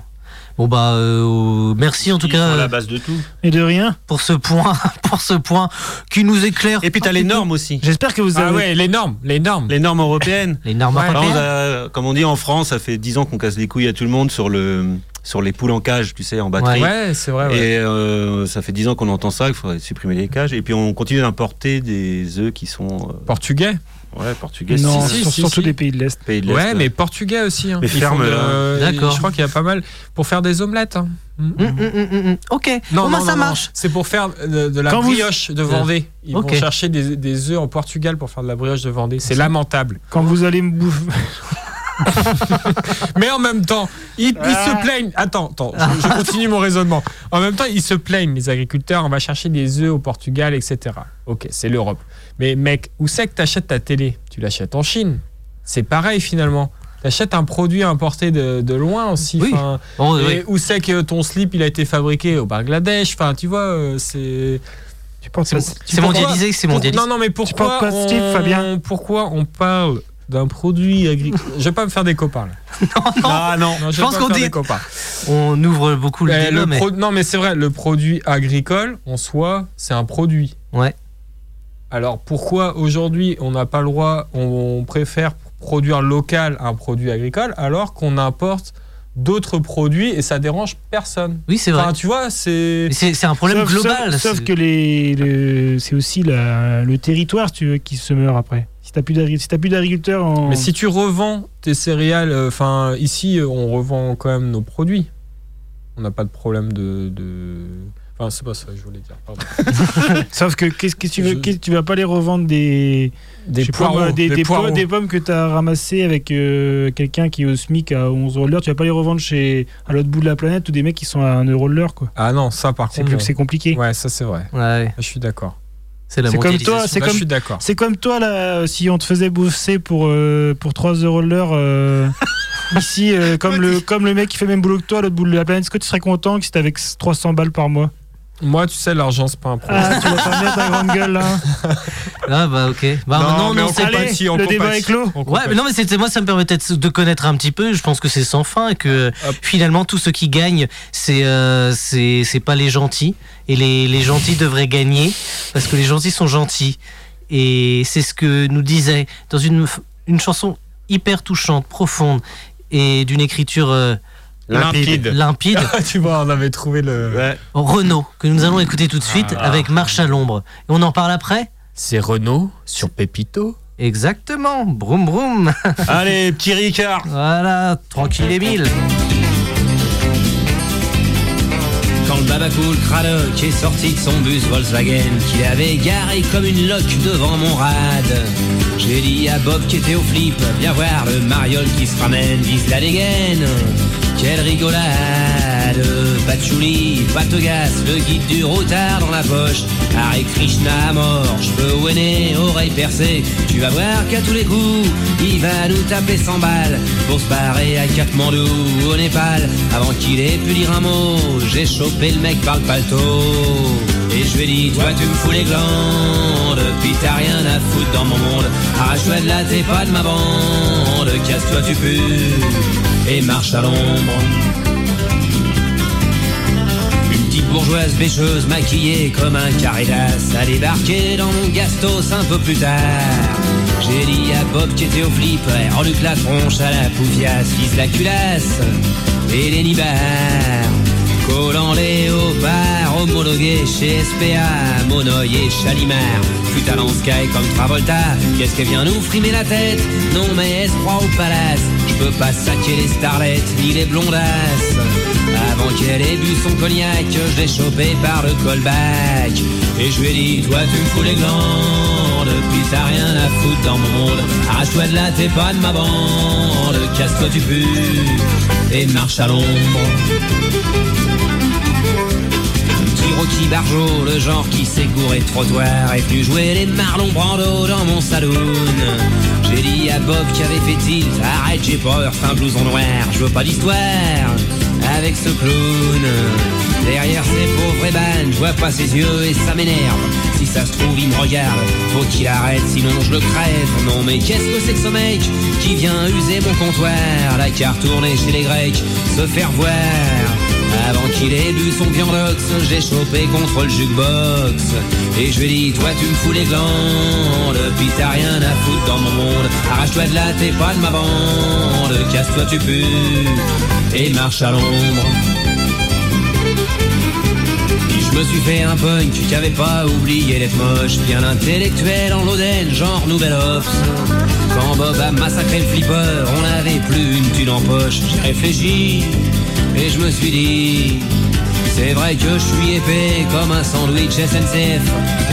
Speaker 1: Bon bah euh, merci en tout
Speaker 2: Ils sont à
Speaker 1: cas
Speaker 2: la base de tout.
Speaker 4: Et de rien.
Speaker 1: pour ce point [laughs] pour ce point qui nous éclaire
Speaker 2: Et puis t'as les normes aussi.
Speaker 4: J'espère que vous
Speaker 3: Ah
Speaker 4: avez.
Speaker 3: ouais, les normes, les normes.
Speaker 2: Les normes [laughs] européennes.
Speaker 1: les normes
Speaker 3: Ouais.
Speaker 2: Par
Speaker 1: européennes.
Speaker 2: exemple, euh, comme on dit en France, ça fait 10 ans qu'on casse les couilles à tout le monde sur, le, sur les poules en cage, tu sais, en batterie.
Speaker 3: Ouais, c'est vrai. Ah ouais.
Speaker 2: Et euh, ça fait 10 ans qu'on entend ça, qu'il faudrait supprimer les cages. Et puis on continue d'importer des œufs qui sont
Speaker 3: Portugais.
Speaker 2: euh, ouais, portugais,
Speaker 4: Non,
Speaker 2: Sicile,
Speaker 3: si,
Speaker 4: sur-
Speaker 3: si,
Speaker 4: surtout
Speaker 3: si.
Speaker 4: des pays de l'Est.
Speaker 2: pays de l'Est.
Speaker 3: Ouais, mais portugais aussi. hein.
Speaker 2: Mais
Speaker 3: Ils font
Speaker 2: ferme,
Speaker 3: de-
Speaker 2: là.
Speaker 3: euh,
Speaker 1: D'accord.
Speaker 3: Je crois qu'il y a pas mal. Pour faire des omelettes. hein. Mm.
Speaker 1: Hum, hum, hum, hum, hum. Ok. bon,
Speaker 3: Non, non,
Speaker 1: bah,
Speaker 3: non,
Speaker 1: ça
Speaker 3: non.
Speaker 1: marche.
Speaker 3: C'est pour faire euh, de, de la
Speaker 4: Quand vous-
Speaker 3: brioche de Vendée. Ils
Speaker 1: Ok.
Speaker 3: vont chercher des, des œufs en Portugal pour faire de la brioche de Vendée. C'est lamentable.
Speaker 4: Quand vous allez me bouffer. [laughs]
Speaker 3: Mais en même temps, ils, ils
Speaker 4: Ah.
Speaker 3: se plaignent. Attends, attends, je, je continue mon raisonnement. En même temps, ils se plaignent, les agriculteurs. On va chercher des œufs au Portugal, etc. Ok, c'est l'Europe. Mais mec, où c'est que t'achètes ta télé Tu l'achètes en Chine. C'est pareil finalement. T'achètes un produit importé de, de loin aussi.
Speaker 1: Oui.
Speaker 3: enfin,
Speaker 1: Bon,
Speaker 3: et
Speaker 1: oui.
Speaker 3: Où c'est que ton slip il a été fabriqué au Bangladesh Enfin, tu vois, euh, c'est.
Speaker 4: Tu portes
Speaker 1: C'est
Speaker 4: ça.
Speaker 1: mon-
Speaker 3: tu
Speaker 1: c'est
Speaker 3: pourquoi-
Speaker 1: mondialisé, c'est
Speaker 3: Pour-
Speaker 1: mondialisé.
Speaker 3: Non, non, mais
Speaker 4: parles
Speaker 3: pourquoi
Speaker 4: pas de
Speaker 3: on,
Speaker 4: slip, Fabien
Speaker 3: pourquoi on parle d'un
Speaker 1: [laughs]
Speaker 3: produit agricole Je vais pas me faire des copains. là.
Speaker 2: Ah non
Speaker 3: Non,
Speaker 1: Je
Speaker 3: vais
Speaker 1: pense
Speaker 3: pas me
Speaker 1: qu'on
Speaker 3: faire
Speaker 1: dit-
Speaker 3: des copains.
Speaker 1: On ouvre beaucoup le
Speaker 3: Eh,
Speaker 1: débat,
Speaker 3: le
Speaker 1: mais
Speaker 3: pro- Non, mais c'est vrai, le produit agricole, en soi, c'est un produit.
Speaker 1: Ouais.
Speaker 3: Alors pourquoi aujourd'hui on n'a pas le droit, on, on préfère produire local un produit agricole alors qu'on importe d'autres produits et ça dérange personne
Speaker 1: oui, c'est vrai.
Speaker 3: Enfin, tu vois, c'est.
Speaker 1: Mais C'est c'est un problème
Speaker 4: Sauf-
Speaker 1: global.
Speaker 4: Sauf, sauf
Speaker 1: c'est-
Speaker 4: que les, le- c'est aussi la- le territoire, si tu veux, qui se meurt après. Si t'as plus d'agri- si t'as plus d'agriculteurs en.
Speaker 3: Mais si tu revends tes céréales, enfin ici euh, on revend quand même nos produits. On n'a pas de problème de. de- Enfin c'est pas ça que je voulais dire.
Speaker 4: [laughs]
Speaker 3: pardon.
Speaker 4: Sauf que qu'est-ce que tu veux
Speaker 3: Je-
Speaker 4: qu'est-ce- Tu vas pas les revendre des.
Speaker 3: Des
Speaker 4: Je sais pas,
Speaker 3: poireaux,
Speaker 4: moi, des,
Speaker 3: des
Speaker 4: des po-
Speaker 3: poireaux.
Speaker 4: des pommes que tu as ramassées avec euh, quelqu'un qui est au SMIC à 11 euros de l'heure. Tu vas pas les revendre chez, à l'autre bout de la planète ou des mecs qui sont à 1 euro de l'heure. quoi.
Speaker 3: Ah non ça par
Speaker 4: C'est
Speaker 3: contre.
Speaker 4: plus-
Speaker 3: non.
Speaker 4: c'est compliqué.
Speaker 3: Ouais ça c'est vrai.
Speaker 1: Ouais,
Speaker 3: Je suis d'accord.
Speaker 1: c'est la
Speaker 4: C'est comme
Speaker 1: mondialisation.
Speaker 4: toi, c'est
Speaker 3: Là,
Speaker 4: comme-
Speaker 3: je suis d'accord. [laughs]
Speaker 4: C'est comme toi, là, si on te faisait bouffer pour, euh, pour 3 euros de l'heure euh, Ici, euh, comme, le, comme le mec qui fait le même boulot que toi, l'autre bout de la planète, est-ce que tu serais content que c'était avec 300 balles par mois
Speaker 3: Moi, tu sais, l'argent, c'est pas un problème.
Speaker 4: Ah, tu vas pas mettre ta grande gueule hein. là.
Speaker 1: Ah bah ok. Bah,
Speaker 2: Non, mais on
Speaker 1: c'est-
Speaker 2: comprend-
Speaker 4: Allez,
Speaker 2: compatit, on
Speaker 4: le débat
Speaker 2: compatit.
Speaker 4: est clos.
Speaker 3: On
Speaker 1: Ouais,
Speaker 3: comprend.
Speaker 1: mais non, mais c'était moi, ça me permettait de, de connaître un petit peu. Je pense que c'est sans fin et que euh,
Speaker 3: Hop.
Speaker 1: finalement, tout ce qui gagne, c'est euh, c'est c'est pas les gentils. Et les, les gentils devraient gagner parce que les gentils sont gentils. Et c'est ce que nous disait dans une, f- une chanson hyper touchante, profonde et d'une écriture euh,
Speaker 2: Limpide.
Speaker 1: limpide,
Speaker 3: Ah, tu vois, on avait trouvé le.
Speaker 2: Ouais.
Speaker 1: Renaud, que nous allons écouter tout de suite avec Marche à l'ombre. Et on en parle après
Speaker 3: C'est Renault sur Pépito.
Speaker 1: Exactement, broum broum. [laughs]
Speaker 2: Allez, petit Ricard.
Speaker 1: Voilà, tranquille les mille.
Speaker 9: Quand le babacool Cradock est sorti de son bus Volkswagen qu'il avait garé comme une loque devant mon rad. J'ai dit à Bob qui était au flip, viens voir le mariole qui se ramène, vise la dégaine. Quelle rigolade Patchouli, Patogas, le guide du retard dans la poche. Hare Krishna à mort, cheveux ouénés, oreilles percées. Tu vas voir qu'à tous les coups, il va nous taper 100 balles pour se barrer à Katmandou ou au Népal. Avant qu'il ait pu dire un mot, j'ai chopé le mec par le paletot. Et je lui ai dit, toi tu me fous les glandes, puis t'as rien à foutre dans mon monde. Arrache-toi de là, t'es pas de ma bande, casse-toi tu pues et marche à l'ombre. Une petite bourgeoise bêcheuse maquillée comme un carré d'as a débarqué dans mon gastos un peu plus tard. J'ai dit à Bob qui était au flip, en luc la tronche à la poufiasse, vise la culasse et les nibards. Collant léopard, homologué chez SPA, Monoï et Chalimard. Fut à Sky comme Travolta, qu'est-ce qu'elle vient nous frimer la tête Non mais S3 au palace, je peux pas saquer les starlets ni les blondasses. Avant qu'elle ait bu son cognac, je l'ai chopé par le callback. Et je lui ai dit, toi tu me fous les glandes, puis t'as rien à foutre dans mon monde. Arrache-toi de là, t'es pas de ma bande, casse-toi tu pues et marche à l'ombre. Petit Rocky Barjo, le genre qui s'est gouré de trottoir est venu jouer les Marlon Brando dans mon saloon. J'ai dit à Bob qui avait fait tilt, arrête j'ai peur, c'est un blouson noir, je veux pas d'histoire avec ce clown. Derrière ces pauvres ébanes, je vois pas ses yeux et ça m'énerve. Si ça se trouve, il me regarde, faut qu'il arrête, sinon je le crève. Non mais qu'est-ce que c'est que ce mec qui vient user mon comptoir La carte tournée chez les Grecs, se faire voir. Avant qu'il ait bu son viandox, j'ai chopé contre le jukebox. Et je lui ai dit, toi tu me fous les glandes, puis t'as rien à foutre dans mon monde. Arrache-toi de là, t'es pas de ma bande, casse-toi tu pues, et marche à l'ombre. Puis je me suis fait un punk qui avait pas oublié d'être moche, bien intellectuel en l'Oden, genre nouvel ops. Quand Bob a massacré le flipper, on n'avait plus une thune en poche. J'ai réfléchi et je me suis dit. C'est vrai que je suis épais comme un sandwich SNCF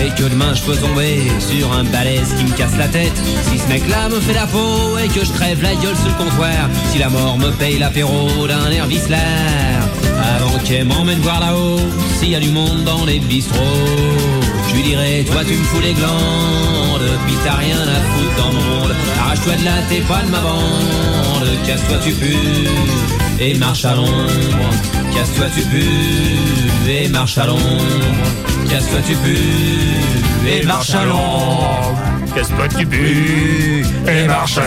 Speaker 9: Et que demain je peux tomber sur un balèze qui me casse la tête Si ce mec là me fait la peau et que je crève la gueule sur le comptoir Si la mort me paye l'apéro d'un air vicelard Avant qu'elle m'emmène voir là-haut S'il y a du monde dans les bistrots je lui dirais, toi tu me fous les glandes, puis t'as rien à foutre dans mon monde. Arrache-toi de là, t'es pas de ma bande, casse-toi tu pues, et marche à l'ombre. Casse-toi tu pues, et marche à l'ombre. Casse-toi tu pues, et marche à l'ombre.
Speaker 6: Casse-toi du but et marche à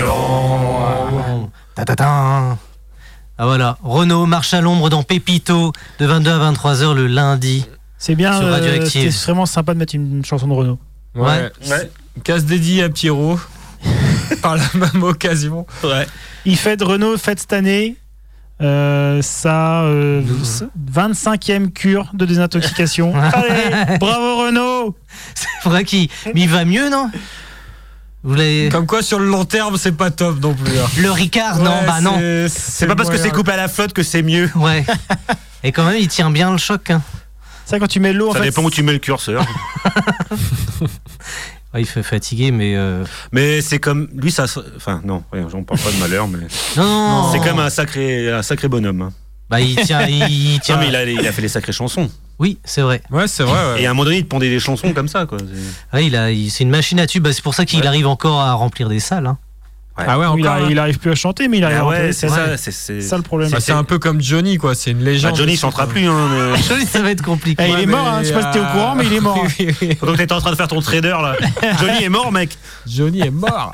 Speaker 1: Ta-ta-ta. Ah voilà, Renault marche à l'ombre dans Pépito de 22 à 23h le lundi. [laughs]
Speaker 4: C'est bien,
Speaker 1: Sur
Speaker 4: euh,
Speaker 1: Radioactive.
Speaker 4: c'est vraiment sympa de mettre une, une chanson de Renault.
Speaker 1: Ouais.
Speaker 3: Casse dédié à Pierrot. Par la même occasion.
Speaker 2: Ouais.
Speaker 4: Il fête Renault, fête cette année. euh, sa euh, 25e cure de désintoxication. Allez, bravo Renault
Speaker 1: C'est vrai qu'il mais il va mieux, non Vous l'avez-
Speaker 3: Comme quoi, sur le long terme, c'est pas top non plus. hein.
Speaker 1: Le Ricard, non,
Speaker 3: Ouais,
Speaker 1: bah non.
Speaker 3: c'est-
Speaker 2: C'est pas parce que c'est coupé à la flotte que c'est mieux.
Speaker 1: Ouais. Et quand même, il tient bien le choc. hein.
Speaker 4: Ça quand tu mets l'eau, en
Speaker 2: Ça
Speaker 4: fait,
Speaker 2: dépend où tu mets le curseur.
Speaker 1: Ouais, Ah, il fait fatiguer, mais. euh,
Speaker 2: [laughs] mais c'est comme. Lui, ça. se- Enfin, non, ouais, j'en parle pas de malheur, mais.
Speaker 1: Non, non, non.
Speaker 2: C'est quand même un sacré, un sacré bonhomme. hein.
Speaker 1: Bah, il tient. Il, il tient...
Speaker 2: Tiens, mais il a, il a fait des sacrées chansons.
Speaker 1: Oui, c'est vrai. Ah,
Speaker 3: Ouais, c'est vrai. ouais.
Speaker 2: Et à un moment donné, il te pondait des chansons comme ça, quoi. C'est-
Speaker 1: Ouais, il a, il- c'est une machine à tube. Bah, c'est pour ça qu'il arrive encore à remplir des salles. hein. [laughs]
Speaker 3: Ah ouais,
Speaker 4: il,
Speaker 3: encore.
Speaker 4: a-
Speaker 3: hein.
Speaker 4: il arrive plus à chanter, mais il arrive
Speaker 2: Ah
Speaker 4: à
Speaker 2: ouais,
Speaker 4: rappeler.
Speaker 2: c'est ça. C'est
Speaker 4: C'est
Speaker 2: c'est-
Speaker 4: ça le problème.
Speaker 3: Bah, c'est un peu comme Johnny, quoi. C'est une
Speaker 2: Bah,
Speaker 3: légende.
Speaker 2: Johnny il chantera plus. Hein, mais-
Speaker 1: [laughs] Johnny, ça va être compliqué.
Speaker 4: Eh, il est
Speaker 3: mais,
Speaker 4: mort, hein, je sais pas si t'es au
Speaker 3: euh,
Speaker 4: courant, mais il est mort. hein.
Speaker 3: [laughs] Oui, oui, oui.
Speaker 2: Pendant que t'étais en train de faire ton trader là. Johnny est mort, mec.
Speaker 3: Johnny est mort.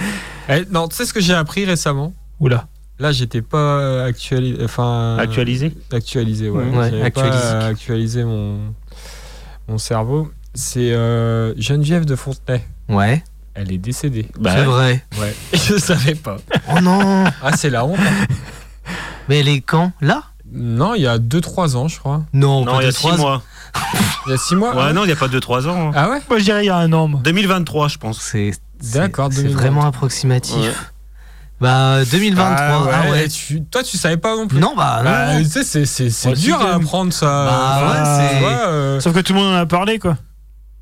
Speaker 3: [laughs] Eh, non, tu sais ce que j'ai appris récemment
Speaker 4: Oula.
Speaker 3: Là, j'étais pas actualisé. Enfin,
Speaker 2: Actualisé.
Speaker 3: actualisé, ouais.
Speaker 1: Ouais,
Speaker 3: J'avais pas,
Speaker 1: actualisé.
Speaker 3: euh, actualisé mon, mon cerveau. C'est euh, Geneviève de Fontenay.
Speaker 1: Ouais,
Speaker 3: Elle
Speaker 4: [laughs]
Speaker 3: est décédée.
Speaker 2: Bah
Speaker 1: c'est vrai.
Speaker 3: Ouais. Je savais pas.
Speaker 1: Oh non
Speaker 3: Ah, c'est la honte.
Speaker 1: Mais elle est quand Là
Speaker 3: Non, il y a 2-3 ans, je crois.
Speaker 1: Non,
Speaker 2: Non, il y a 6 mois.
Speaker 3: Il y a 6 mois.
Speaker 2: Ouais,
Speaker 3: hein
Speaker 2: non, il n'y a pas 2-3 ans. hein.
Speaker 3: Ah ouais
Speaker 4: Moi, je dirais il y a un homme.
Speaker 2: 2023, je pense.
Speaker 1: C'est c'est-
Speaker 3: D'accord,
Speaker 1: c'est
Speaker 3: 2023.
Speaker 1: vraiment approximatif.
Speaker 2: Ouais.
Speaker 1: Bah 2023, ah ouais.
Speaker 3: et tu- toi, tu savais pas non plus.
Speaker 1: Non bah non.
Speaker 3: Bah, tu sais, c'est- c'est c'est
Speaker 4: Moi aussi,
Speaker 3: dur
Speaker 4: quand
Speaker 3: à
Speaker 4: même.
Speaker 3: apprendre ça.
Speaker 1: Bah,
Speaker 3: Enfin,
Speaker 1: ouais,
Speaker 3: tu
Speaker 1: c'est-
Speaker 3: vois,
Speaker 1: [laughs]
Speaker 3: euh,
Speaker 4: Sauf que tout le monde en a parlé, quoi.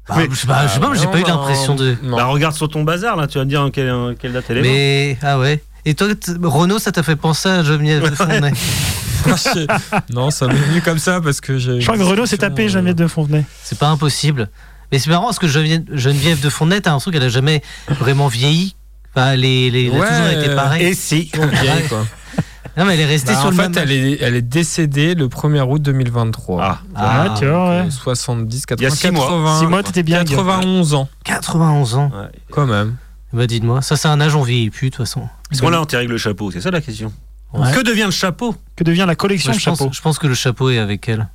Speaker 1: Bah, je sais pas, je sais pas,
Speaker 3: Ah,
Speaker 1: j'ai pas eu
Speaker 3: non,
Speaker 1: l'impression de.
Speaker 3: non.
Speaker 2: Bah, regarde sur ton bazar là, tu vas me dire en quelle, en quelle date elle est morte.
Speaker 1: Mais ah ouais. Et toi, t- Renaud, ça t'a fait penser à Geneviève de Fontenay.
Speaker 3: [laughs] non, ça m'est venu comme ça parce que j'ai.
Speaker 4: Je crois que Renault s'est tapé jamais de Fontenay.
Speaker 1: C'est pas impossible. Mais c'est marrant parce que Geneviève, Geneviève de hein, Fontenay, t'as l'impression qu'elle a jamais vraiment vieilli. Enfin, les, les, elle a
Speaker 3: Ouais,
Speaker 1: toujours été pareille.
Speaker 2: Et si
Speaker 3: Vieille, euh, quoi.
Speaker 1: Non, mais elle est restée
Speaker 3: Bah,
Speaker 1: sur
Speaker 3: en
Speaker 1: le
Speaker 3: fait,
Speaker 1: même.
Speaker 3: elle est, elle est décédée le 1er août 2023.
Speaker 2: Ah,
Speaker 4: Ah, tu vois, ouais.
Speaker 3: Euh, 70,
Speaker 2: Il y a
Speaker 3: 80,
Speaker 2: six mois.
Speaker 3: 80,
Speaker 4: Si moi, t'étais bien. Guillaume.
Speaker 3: 91 ans,
Speaker 1: 91 ans.
Speaker 3: quand même.
Speaker 1: Bah, dites-moi. Ça, c'est un âge, on vieillit plus, de toute façon.
Speaker 2: parce qu'on l'a enterré avec le chapeau, c'est ça la question.
Speaker 4: Ouais.
Speaker 2: Que devient le chapeau
Speaker 4: Que devient la collection
Speaker 1: Moi, je, pense,
Speaker 4: chapeau
Speaker 1: je pense que le chapeau est avec elle.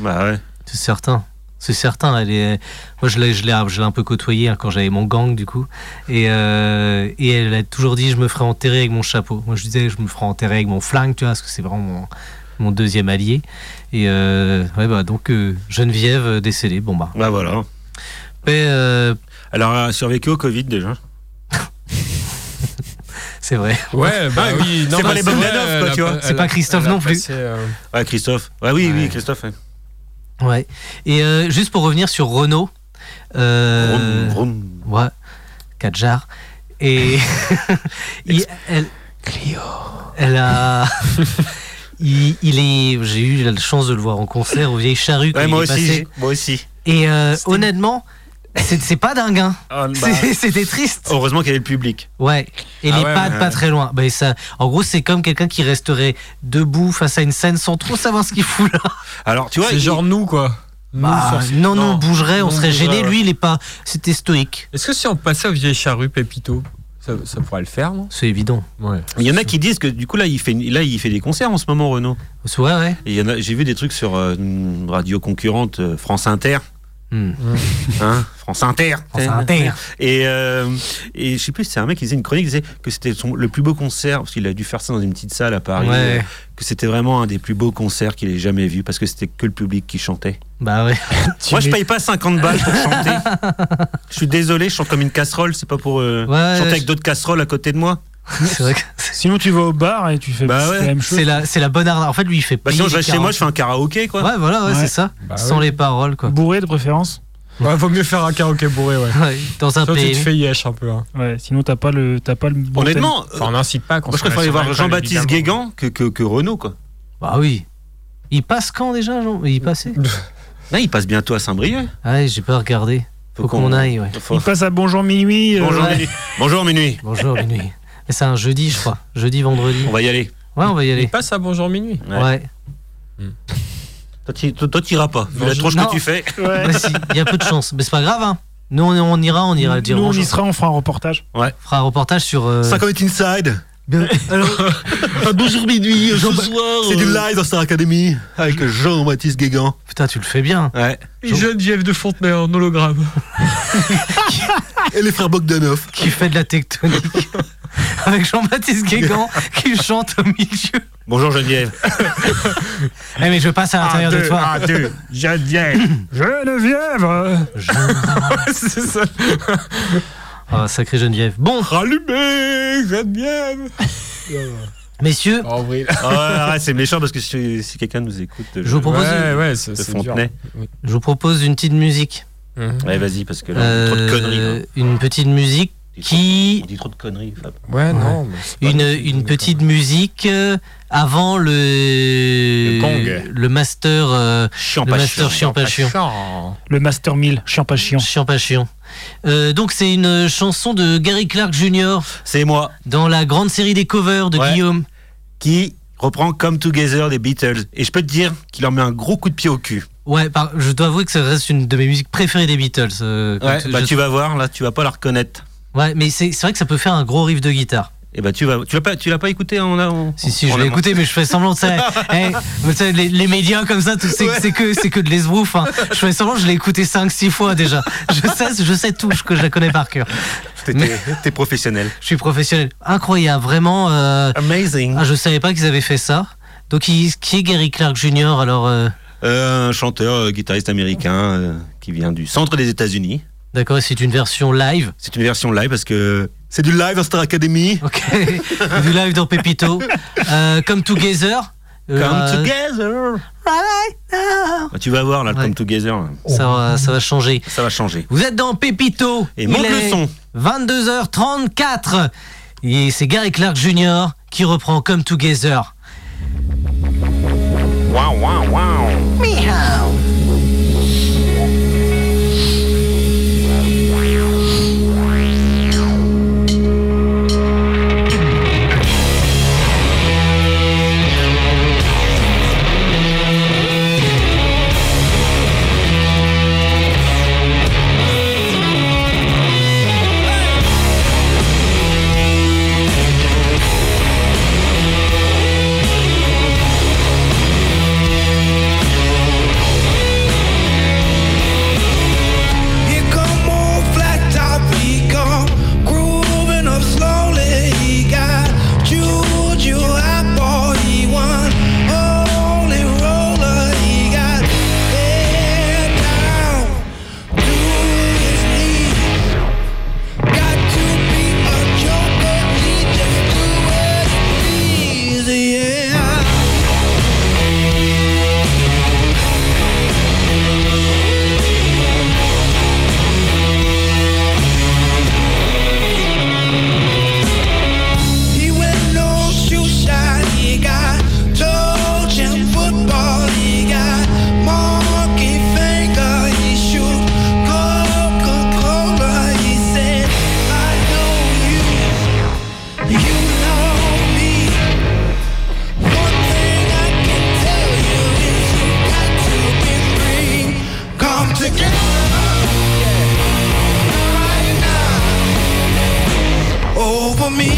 Speaker 2: Bah ouais.
Speaker 1: C'est certain. C'est certain. Elle est... Moi, je l'ai, je, l'ai, je l'ai un peu côtoyée hein, quand j'avais mon gang, du coup. Et, euh, et elle a toujours dit Je me ferai enterrer avec mon chapeau. Moi, je disais Je me ferai enterrer avec mon flingue, tu vois, parce que c'est vraiment mon, mon deuxième allié. Et euh, ouais, bah, donc, euh, Geneviève euh, décédée. Bon, bah.
Speaker 2: Bah voilà.
Speaker 1: Mais, euh,
Speaker 2: Alors, elle a survécu au Covid déjà.
Speaker 1: c'est vrai. [laughs]
Speaker 3: Ouais, bah oui, non,
Speaker 2: c'est
Speaker 3: bah,
Speaker 2: pas les bonnes
Speaker 3: vrai,
Speaker 2: Danoff,
Speaker 3: elle
Speaker 2: quoi,
Speaker 3: a
Speaker 2: tu vois.
Speaker 3: pas-
Speaker 1: C'est
Speaker 3: elle
Speaker 1: pas
Speaker 3: a-
Speaker 1: Christophe
Speaker 3: elle a
Speaker 1: non plus.
Speaker 3: passé, euh,
Speaker 2: Ah, Christophe. Ah oui,
Speaker 1: Ouais.
Speaker 2: oui, Christophe. ouais.
Speaker 1: Ouais. Et euh, juste pour revenir sur Renault. Euh,
Speaker 2: Vroom, vroom.
Speaker 1: Ouais, 4 jars. [laughs] Et il- elle, elle a. [laughs] il, il est. J'ai eu la chance de le voir en concert aux Vieilles Charrues. quand
Speaker 2: Ouais,
Speaker 1: il
Speaker 2: moi
Speaker 1: est
Speaker 2: aussi.
Speaker 1: passé.
Speaker 2: Moi aussi.
Speaker 1: Et euh,
Speaker 2: C'était-
Speaker 1: honnêtement, c'est c'est pas dingue. hein.
Speaker 2: Ah, bah,
Speaker 1: [laughs] C'est- C'était triste.
Speaker 2: heureusement qu'il y avait le public.
Speaker 1: Ouais. Et
Speaker 3: Ah
Speaker 1: les
Speaker 3: ouais,
Speaker 1: pattes
Speaker 2: ouais,
Speaker 1: pas
Speaker 2: ouais.
Speaker 1: très loin. Ben, ça, en gros, c'est comme quelqu'un qui resterait debout face à une scène sans trop savoir ce qu'il fout là.
Speaker 2: Alors, tu vois,
Speaker 3: C'est
Speaker 2: il-
Speaker 3: genre nous, quoi. Nous,
Speaker 1: Bah,
Speaker 3: sur-
Speaker 1: non, non, on bougerait, on
Speaker 3: Non,
Speaker 1: serait
Speaker 3: on bougerait,
Speaker 1: gêné.
Speaker 3: ouais.
Speaker 1: Lui, il est pas. C'était stoïque.
Speaker 3: Est-ce que si on passait au vieil charrue Pépito, ça, ça pourrait le faire, non
Speaker 1: C'est évident.
Speaker 3: Ouais.
Speaker 2: il y en a qui disent que du coup, là, il fait, là, il fait des concerts en ce moment, Renaud.
Speaker 1: C'est vrai, ouais.
Speaker 2: Et il y en a- J'ai vu des trucs sur euh, une radio concurrente, euh, France Inter.
Speaker 1: Hmm.
Speaker 2: Hein France Inter.
Speaker 1: Enfin, un terre.
Speaker 2: Et, euh, et je sais plus, c'est un mec qui faisait une chronique, il disait que c'était son- le plus beau concert, parce qu'il a dû faire ça dans une petite salle à Paris,
Speaker 1: Ouais.
Speaker 2: euh, que c'était vraiment un des plus beaux concerts qu'il ait jamais vu, parce que c'était que le public qui chantait.
Speaker 1: Bah ouais.
Speaker 2: Moi, je paye pas 50 balles pour chanter. Je suis désolé, je chante comme une casserole, c'est pas pour euh,
Speaker 1: Ouais,
Speaker 2: chanter
Speaker 1: ouais,
Speaker 2: avec d'autres casseroles à côté de moi.
Speaker 1: C'est vrai que
Speaker 4: Sinon, tu vas au bar et tu fais
Speaker 2: Bah
Speaker 4: c'est
Speaker 2: ouais,
Speaker 4: la même chose.
Speaker 1: c'est la, c'est la bonne arnaque. En fait, lui, il fait
Speaker 2: Bah,
Speaker 1: payer
Speaker 2: sinon, je
Speaker 1: les
Speaker 2: vais chez moi,
Speaker 1: 40.
Speaker 2: je fais un karaoké, quoi.
Speaker 1: Ouais, voilà, ouais,
Speaker 4: Ouais.
Speaker 1: c'est ça.
Speaker 3: Bah
Speaker 1: Sans
Speaker 3: oui.
Speaker 1: les paroles, quoi.
Speaker 4: Bourré de préférence.
Speaker 3: Ouais, vaut mieux faire un karaoké bourré, ouais.
Speaker 1: [laughs] Ouais, Dans un
Speaker 3: Toi, tu
Speaker 1: pays.
Speaker 3: te fais yesh un peu. Hein.
Speaker 4: Ouais, sinon, t'as pas le, t'as pas le bon
Speaker 2: Honnêtement, euh,
Speaker 3: Enfin, on n'incite pas.
Speaker 2: moi, je préfère aller voir Jean-Baptiste Guégan que, que, que Renaud, quoi.
Speaker 1: Bah oui. Il passe quand déjà, Jean Il
Speaker 4: [laughs]
Speaker 1: passait
Speaker 2: Là, il passe bientôt à Saint-Brieuc.
Speaker 1: Ouais, j'ai pas regardé. Faut, qu'on aille, [laughs] ouais.
Speaker 4: thème.
Speaker 2: Faut-
Speaker 4: Il passe à Bonjour Minuit. euh,
Speaker 2: Bonjour,
Speaker 4: ouais.
Speaker 2: minuit. Bonjour, minuit.
Speaker 1: Bonjour, la nuit. Mais c'est un jeudi, je crois. Jeudi, vendredi.
Speaker 2: On va y aller.
Speaker 1: Ouais, on va y
Speaker 3: Il
Speaker 1: aller.
Speaker 3: passe à Bonjour Minuit.
Speaker 2: Ouais.
Speaker 1: Ouais.
Speaker 2: Toi, tu- toi, toi, t'iras pas. Vu
Speaker 3: Non,
Speaker 2: la
Speaker 3: je-
Speaker 2: tronche
Speaker 1: non.
Speaker 2: que tu fais.
Speaker 1: Ouais, si, Il y a peu de chance. Mais c'est pas grave, hein. Nous, on, on ira, on ira dire
Speaker 4: Nous, on
Speaker 1: bonjour.
Speaker 4: y sera, on fera un reportage.
Speaker 1: On fera un reportage sur. euh,
Speaker 2: Minutes Inside.
Speaker 1: bien-
Speaker 2: [laughs]
Speaker 1: alors,
Speaker 2: bonjour minuit,
Speaker 1: Jean-
Speaker 2: soir. euh, C'est du live dans Star Academy avec Jean-Baptiste Guégan.
Speaker 1: putain, tu le fais bien.
Speaker 2: Ouais.
Speaker 3: Et Geneviève de Fontenay en hologramme.
Speaker 2: Et les frères Bogdanov.
Speaker 1: Qui fait de la tectonique.
Speaker 4: [laughs]
Speaker 1: Avec Jean-Baptiste Guégan qui chante au milieu.
Speaker 2: Bonjour Geneviève. [laughs]
Speaker 1: Eh, mais je passe à l'intérieur de toi.
Speaker 4: deux, Geneviève.
Speaker 3: [laughs]
Speaker 4: Geneviève. euh,
Speaker 3: C'est ça.
Speaker 1: Ah, sacré Geneviève. Bon,
Speaker 3: Rallumez, Geneviève.
Speaker 1: [laughs] messieurs,
Speaker 3: En vrai, là.
Speaker 2: Ah, ouais, c'est méchant parce que si, si quelqu'un nous écoute, euh,
Speaker 1: je vous, propose,
Speaker 3: Ouais, ouais, c'est
Speaker 2: de
Speaker 3: c'est dur.
Speaker 2: Fontenay.
Speaker 1: je vous propose une petite musique.
Speaker 3: Mhm.
Speaker 2: Ouais, vas-y, parce que là, on dit
Speaker 1: Euh,
Speaker 2: trop de conneries. hein.
Speaker 1: une petite musique
Speaker 2: On dit trop-
Speaker 1: qui.
Speaker 2: On dit trop de conneries, Fab.
Speaker 3: Ouais, non. mais c'est pas
Speaker 1: Une,
Speaker 3: non plus
Speaker 1: une
Speaker 3: déconnant.
Speaker 1: petite musique euh, avant le. Le
Speaker 2: Kong.
Speaker 1: master. euh,
Speaker 2: Chiant,
Speaker 1: le
Speaker 2: pas
Speaker 1: master
Speaker 2: chiant.
Speaker 1: chiant pas chiant.
Speaker 3: Chiant.
Speaker 4: Le Master 1000, chiant pas chiant.
Speaker 1: Chiant pas chiant. Euh, donc c'est une chanson de Gary Clark Jr.
Speaker 2: C'est moi
Speaker 1: dans la grande série des covers de
Speaker 2: Ouais.
Speaker 1: Guillaume.
Speaker 2: qui reprend Come Together des Beatles. Et je peux te dire qu'il leur met un gros coup de pied au cul.
Speaker 1: Ouais, par- je dois avouer que ça reste une de mes musiques préférées des Beatles. euh, quand
Speaker 2: Ouais,
Speaker 1: je-
Speaker 2: bah tu vas voir, là, tu vas pas la reconnaître.
Speaker 1: Ouais, mais c'est c'est vrai que ça peut faire un gros riff de guitare.
Speaker 2: Et bah tu vas, tu l'as pas, tu l'as pas écouté en là. en-
Speaker 1: Si, si,
Speaker 2: en-
Speaker 1: je
Speaker 2: en
Speaker 1: l'ai
Speaker 2: amont.
Speaker 1: écouté, mais je fais semblant, tu sais, hey, vous savez, les, les médias comme ça, tout, c'est, c'est que, c'est que de l'esbrouf. Hein. Je fais semblant, je l'ai écouté 5-6 fois déjà. Je sais, je sais tout, je- que je la connais par cœur.
Speaker 2: T'es- T'es t'es professionnel.
Speaker 1: Je suis professionnel. Incroyable, vraiment. euh,
Speaker 2: [laughs] Amazing.
Speaker 1: Ah, je savais pas qu'ils avaient fait ça. Donc, il- qui est Gary Clark Jr. alors euh,
Speaker 2: Euh, un chanteur, euh, guitariste américain euh, qui vient du centre des États-Unis.
Speaker 1: D'accord, et c'est une version live.
Speaker 2: C'est une version live parce que c'est du live dans Star Academy.
Speaker 1: Ok. [laughs] du live dans Pépito. Euh, Come Together. Euh,
Speaker 2: Come
Speaker 1: euh,
Speaker 2: together. Bah, tu vas voir là, le
Speaker 1: Ouais.
Speaker 2: Come Together, là.
Speaker 1: Ça va, ça va changer.
Speaker 2: ça va changer.
Speaker 1: Vous êtes dans Pépito.
Speaker 2: Et monte
Speaker 1: Il est
Speaker 2: le son.
Speaker 1: 22h34. Et c'est Gary Clark Jr. qui reprend Come Together.
Speaker 9: Here come old flat top, he come grooving up slowly. He got juju hot ball, he won holy roller. He got head down to his knees. Got to be a joker, he just do as he please, yeah. He went no shoe shine. He got toe jam football. He got monkey finger. He shoot Coca Cola. He said, I know you. You know me. One thing I can tell you is you got to be free. Come together. Yeah. Right now. Over me.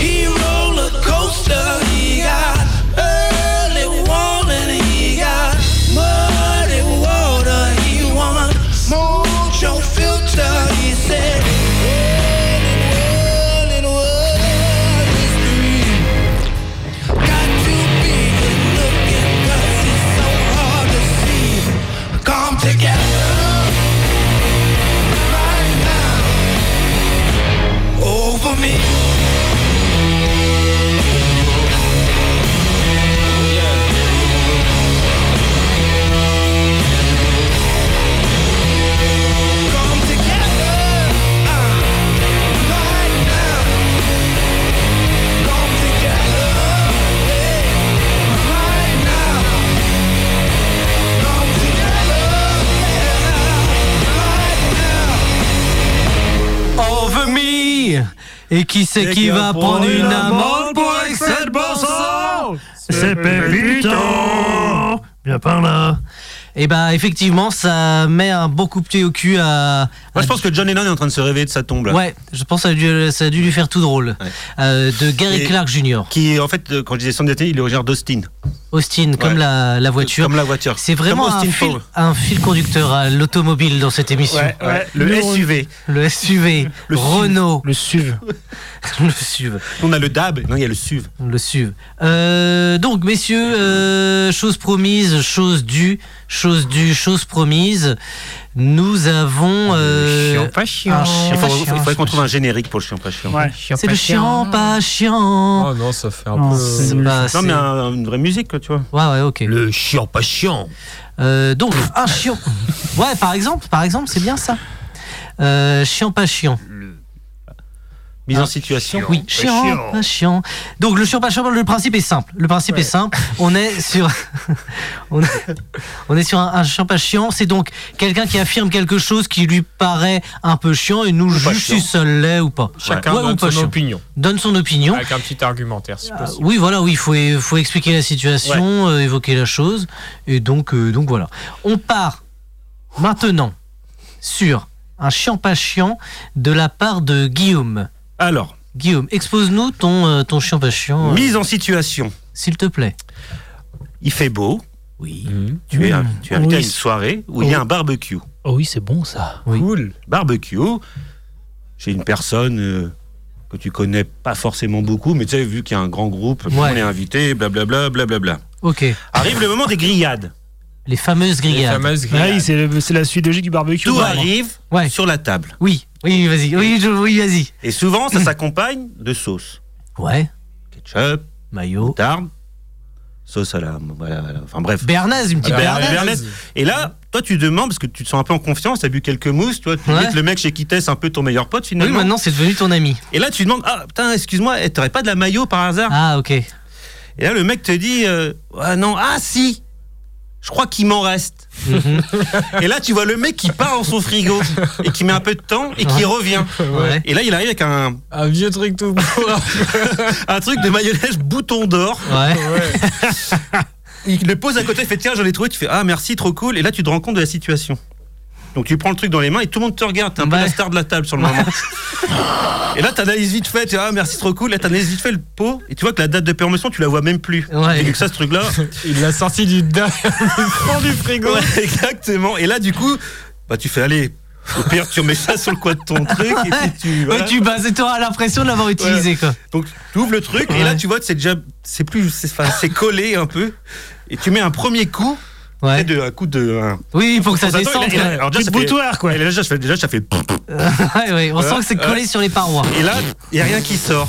Speaker 9: He roller coaster, he got early warning, he got muddy water, he won mojo filter, he said. "Well, it was his dream." Got to be good looking 'cause it's so hard to see. Come Together right now over me. Come together, uh, right now. Come together, hey, right now. Come together, yeah, right now.
Speaker 1: Over me. Et qui c'est qui va prendre une amende pour excès de bon sang
Speaker 4: C'est Pépito Viens par là
Speaker 1: Et bah effectivement, ça met un bon coup de pied au cul à.
Speaker 2: Moi,
Speaker 1: à-
Speaker 2: je pense que John Lennon est en train de se réveiller de sa tombe. Là.
Speaker 1: Ouais, je pense que ça a dû, ça a dû lui faire tout drôle.
Speaker 2: Ouais.
Speaker 1: Euh, de Gary
Speaker 2: Et-
Speaker 1: Clark Jr.
Speaker 2: Qui, en fait, euh, quand je disais Sandy Athénie, il est originaire d'Austin.
Speaker 1: Austin, comme
Speaker 2: Ouais.
Speaker 1: la, la voiture.
Speaker 2: Comme la voiture.
Speaker 1: C'est vraiment
Speaker 2: Comme
Speaker 1: un
Speaker 2: Austin
Speaker 1: fil,
Speaker 2: Powell.
Speaker 1: un fil conducteur à l'automobile dans cette émission.
Speaker 2: Ouais, le SUV.
Speaker 1: Le SUV,
Speaker 2: [laughs] Le SUV.
Speaker 1: Renault, [laughs]
Speaker 4: Le SUV.
Speaker 1: le SUV.
Speaker 2: On a le DAB. Non, il y a le SUV.
Speaker 1: Le SUV. Euh, donc, messieurs, euh, chose promise, chose due, chose due, chose promise. Nous avons. euh,
Speaker 3: Chiant, pas chiant.
Speaker 1: un chien.
Speaker 2: Il faut-
Speaker 1: Pas
Speaker 2: il faudrait qu'on trouve un générique pour le chien pas chiant.
Speaker 4: Ouais.
Speaker 1: c'est le chiant, pas chiant.
Speaker 3: Oh non, ça fait un
Speaker 4: Non,
Speaker 3: peu.
Speaker 4: c'est-
Speaker 1: C'est pas-
Speaker 2: Euh, Non,
Speaker 1: c'est-
Speaker 2: mais un- une vraie musique, quoi, tu vois.
Speaker 1: Ouais, ouais, ok.
Speaker 9: Le chiant pas chiant.
Speaker 1: Euh, donc, un chiant. Ouais, par exemple, par exemple, c'est bien ça. Euh, chiant, pas chiant.
Speaker 2: Mise en situation.
Speaker 1: Oui, chiant, pas chiant. Donc le chiant, pas chiant, le principe est simple. Le principe est simple. On est sur, [laughs] on est, on est sur un, un chiant, pas chiant. C'est donc quelqu'un qui affirme quelque chose qui lui paraît un peu chiant et nous
Speaker 2: pas
Speaker 1: juge si
Speaker 2: chiant.
Speaker 1: ça l'est ou pas.
Speaker 3: Chacun
Speaker 1: Ouais, ou
Speaker 3: donne
Speaker 1: pas
Speaker 3: son
Speaker 1: chiant.
Speaker 3: opinion.
Speaker 1: Donne son opinion.
Speaker 3: Avec un petit argumentaire, si
Speaker 1: Euh,
Speaker 3: possible.
Speaker 1: oui, voilà, oui, il faut, faut expliquer la situation, euh, évoquer la chose. Et donc, euh, donc voilà. On part maintenant sur un chiant pas chiant de la part de Guillaume.
Speaker 2: Alors,
Speaker 1: Guillaume, expose-nous ton, euh, ton chiant pas chiant, euh,
Speaker 2: mise en situation.
Speaker 1: s'il te plaît.
Speaker 2: Il fait beau.
Speaker 1: Oui.
Speaker 2: Tu es, tu es invité à
Speaker 4: Oui.
Speaker 2: une soirée où il y a un barbecue.
Speaker 1: Oh oui, c'est bon ça. Oui.
Speaker 3: Cool.
Speaker 2: Barbecue chez une personne euh, que tu connais pas forcément beaucoup, mais tu sais, vu qu'il y a un grand groupe, tout le
Speaker 1: Ouais.
Speaker 2: monde est invité, blablabla, blablabla.
Speaker 1: Ok.
Speaker 2: Arrive le moment des grillades.
Speaker 1: Les fameuses
Speaker 3: Les
Speaker 1: grillades.
Speaker 3: fameuses grillades.
Speaker 4: Ouais, Ah c'est le- c'est la suite logique du barbecue.
Speaker 2: Tout
Speaker 4: Ouais.
Speaker 2: arrive
Speaker 1: Ouais.
Speaker 2: sur la table.
Speaker 1: Oui. Oui, vas-y. Oui, je- oui, vas-y.
Speaker 2: Et souvent, ça s'accompagne de sauces.
Speaker 1: Ouais.
Speaker 2: Ketchup,
Speaker 1: Maillot.
Speaker 2: moutarde, sauce à la, à la- à la- Enfin bref.
Speaker 1: Bernaze, une petite
Speaker 2: Ah,
Speaker 1: Bernaze.
Speaker 2: Bernaze. Et là, toi, tu demandes, parce que tu te sens un peu en confiance, t'as bu quelques mousses, tu vois, tu
Speaker 1: Ouais.
Speaker 2: limite, le mec chez qui t'es, c'est un peu ton meilleur pote
Speaker 1: Oui,
Speaker 2: finalement.
Speaker 1: maintenant c'est devenu ton ami.
Speaker 2: Et là, tu demandes, ah putain, excuse-moi, eh, t'aurais pas de la maillot par hasard
Speaker 1: Ah, ok.
Speaker 2: Et là, le mec te dit euh, Ah non, ah si Je crois qu'il m'en reste.
Speaker 1: Mhm.
Speaker 2: [laughs] et là, tu vois le mec qui part dans son frigo et qui met un peu de temps et qui revient.
Speaker 1: Ouais.
Speaker 2: Et là, il arrive avec un,
Speaker 3: Un vieux truc tout [laughs] pourri.
Speaker 2: un truc de mayonnaise bouton d'or.
Speaker 1: Ouais.
Speaker 2: Il le pose à côté, il fait Tiens, j'en ai trouvé. Tu fais Ah merci, trop cool. Et là, tu te rends compte de la situation. Donc, tu prends le truc dans les mains et tout le monde te regarde. T'es un
Speaker 1: Ouais.
Speaker 2: peu la star de la table sur
Speaker 1: [laughs]
Speaker 2: le moment. et là, t'analyses vite fait. Tu fais, Ah merci, trop cool. Là, t'analyses vite fait le pot. Et tu vois que la date de permission, tu la vois même plus.
Speaker 1: Ouais.
Speaker 2: Et que ça, ce
Speaker 1: [laughs]
Speaker 2: truc-là.
Speaker 3: Il l'a sorti du dingue.
Speaker 2: Ouais, [laughs] exactement. Et là, du coup, bah, tu fais aller. Au pire, tu remets ça sur le coin de ton truc et puis tu. voilà.
Speaker 1: Ouais, tu bah, c'est- t'auras l'impression de l'avoir utilisé, quoi.
Speaker 2: Donc, tu ouvres le truc et
Speaker 1: Ouais.
Speaker 2: là, tu vois, c'est déjà. C'est plus. C'est enfin, c'est collé un peu. Et tu mets un premier coup,
Speaker 1: Ouais.
Speaker 2: et de, un coup de. un-
Speaker 1: Oui, pour que ça
Speaker 2: Bah, Attends,
Speaker 1: descende.
Speaker 2: il a- il a-
Speaker 1: ouais.
Speaker 2: alors, déjà,
Speaker 4: Truc
Speaker 2: ça fait-
Speaker 4: boutoir, quoi.
Speaker 2: et là, déjà, je fais- déjà, ça fait.
Speaker 1: Ouais, ouais, On sent que c'est collé sur les parois.
Speaker 2: Et là, il n'y a rien qui sort.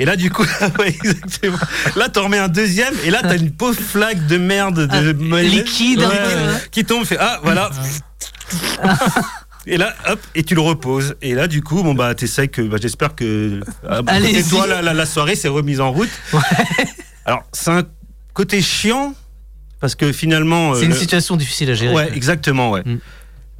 Speaker 2: Et là, du coup, [laughs] ouais, exactement. Là, t'en remets un deuxième, et là, t'as une pauvre flaque de merde de mayonnaise
Speaker 1: liquide, un peu, ouais.
Speaker 2: qui tombe, fait ah voilà. Ah. Et là, hop, et tu le reposes. Et là, du coup, bon bah, t'essayes que, bah, j'espère que. ah, bah,
Speaker 1: Allez-y.
Speaker 2: côté toi, la, la- la soirée s'est remise en route. Alors, c'est un côté chiant parce que finalement.
Speaker 1: C'est
Speaker 2: euh,
Speaker 1: une situation difficile à gérer.
Speaker 2: Ouais, exactement, ouais.
Speaker 1: Mm.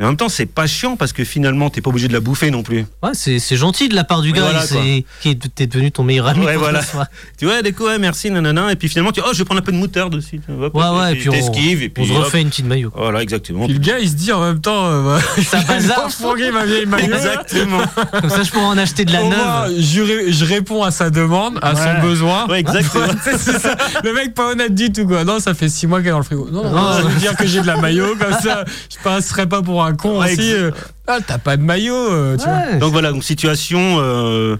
Speaker 2: Mais en même temps, c'est pas chiant parce que finalement, t'es pas obligé de la bouffer non plus.
Speaker 1: Ouais, c'est c'est gentil de la part du
Speaker 2: Oui,
Speaker 1: gars
Speaker 2: voilà,
Speaker 1: il s'est- qui est t'es devenu ton meilleur ami.
Speaker 2: Ouais,
Speaker 1: pour
Speaker 2: voilà.
Speaker 1: ce soir.
Speaker 2: Tu vois, des coups, ouais, merci, nanana. Et puis finalement, tu oh, je vais prendre un peu de moutarde aussi. Hop,
Speaker 1: Ouais, ouais, et puis on,
Speaker 2: t'esquives, et puis
Speaker 1: on se
Speaker 2: hop.
Speaker 1: refait une petite maillot.
Speaker 2: Voilà, exactement.
Speaker 3: Puis le gars, il se dit en même temps. euh, bah,
Speaker 1: Ça bazar.
Speaker 3: Je vais ma [laughs] vieille
Speaker 1: [laughs]
Speaker 3: maillot.
Speaker 2: Exactement.
Speaker 1: Comme ça, je pourrais en acheter de la
Speaker 3: Au
Speaker 1: neuve.
Speaker 3: moins, je, ré- je réponds à sa demande, à
Speaker 4: Ouais.
Speaker 3: son besoin.
Speaker 2: Ouais,
Speaker 3: [laughs] Ouais,
Speaker 2: exactement.
Speaker 3: c'est- c'est ça. Le mec pas honnête du tout quoi. Non, ça fait 6 mois qu'elle est dans le frigo. Non, non, non, je veux dire que j'ai de la maillot comme ça. Je passerai pas pour un con
Speaker 2: Ouais,
Speaker 3: aussi.
Speaker 2: exa-
Speaker 3: euh, ah, t'as pas de maillot, euh, tu vois.
Speaker 1: Ouais.
Speaker 2: Donc voilà, donc situation. Euh...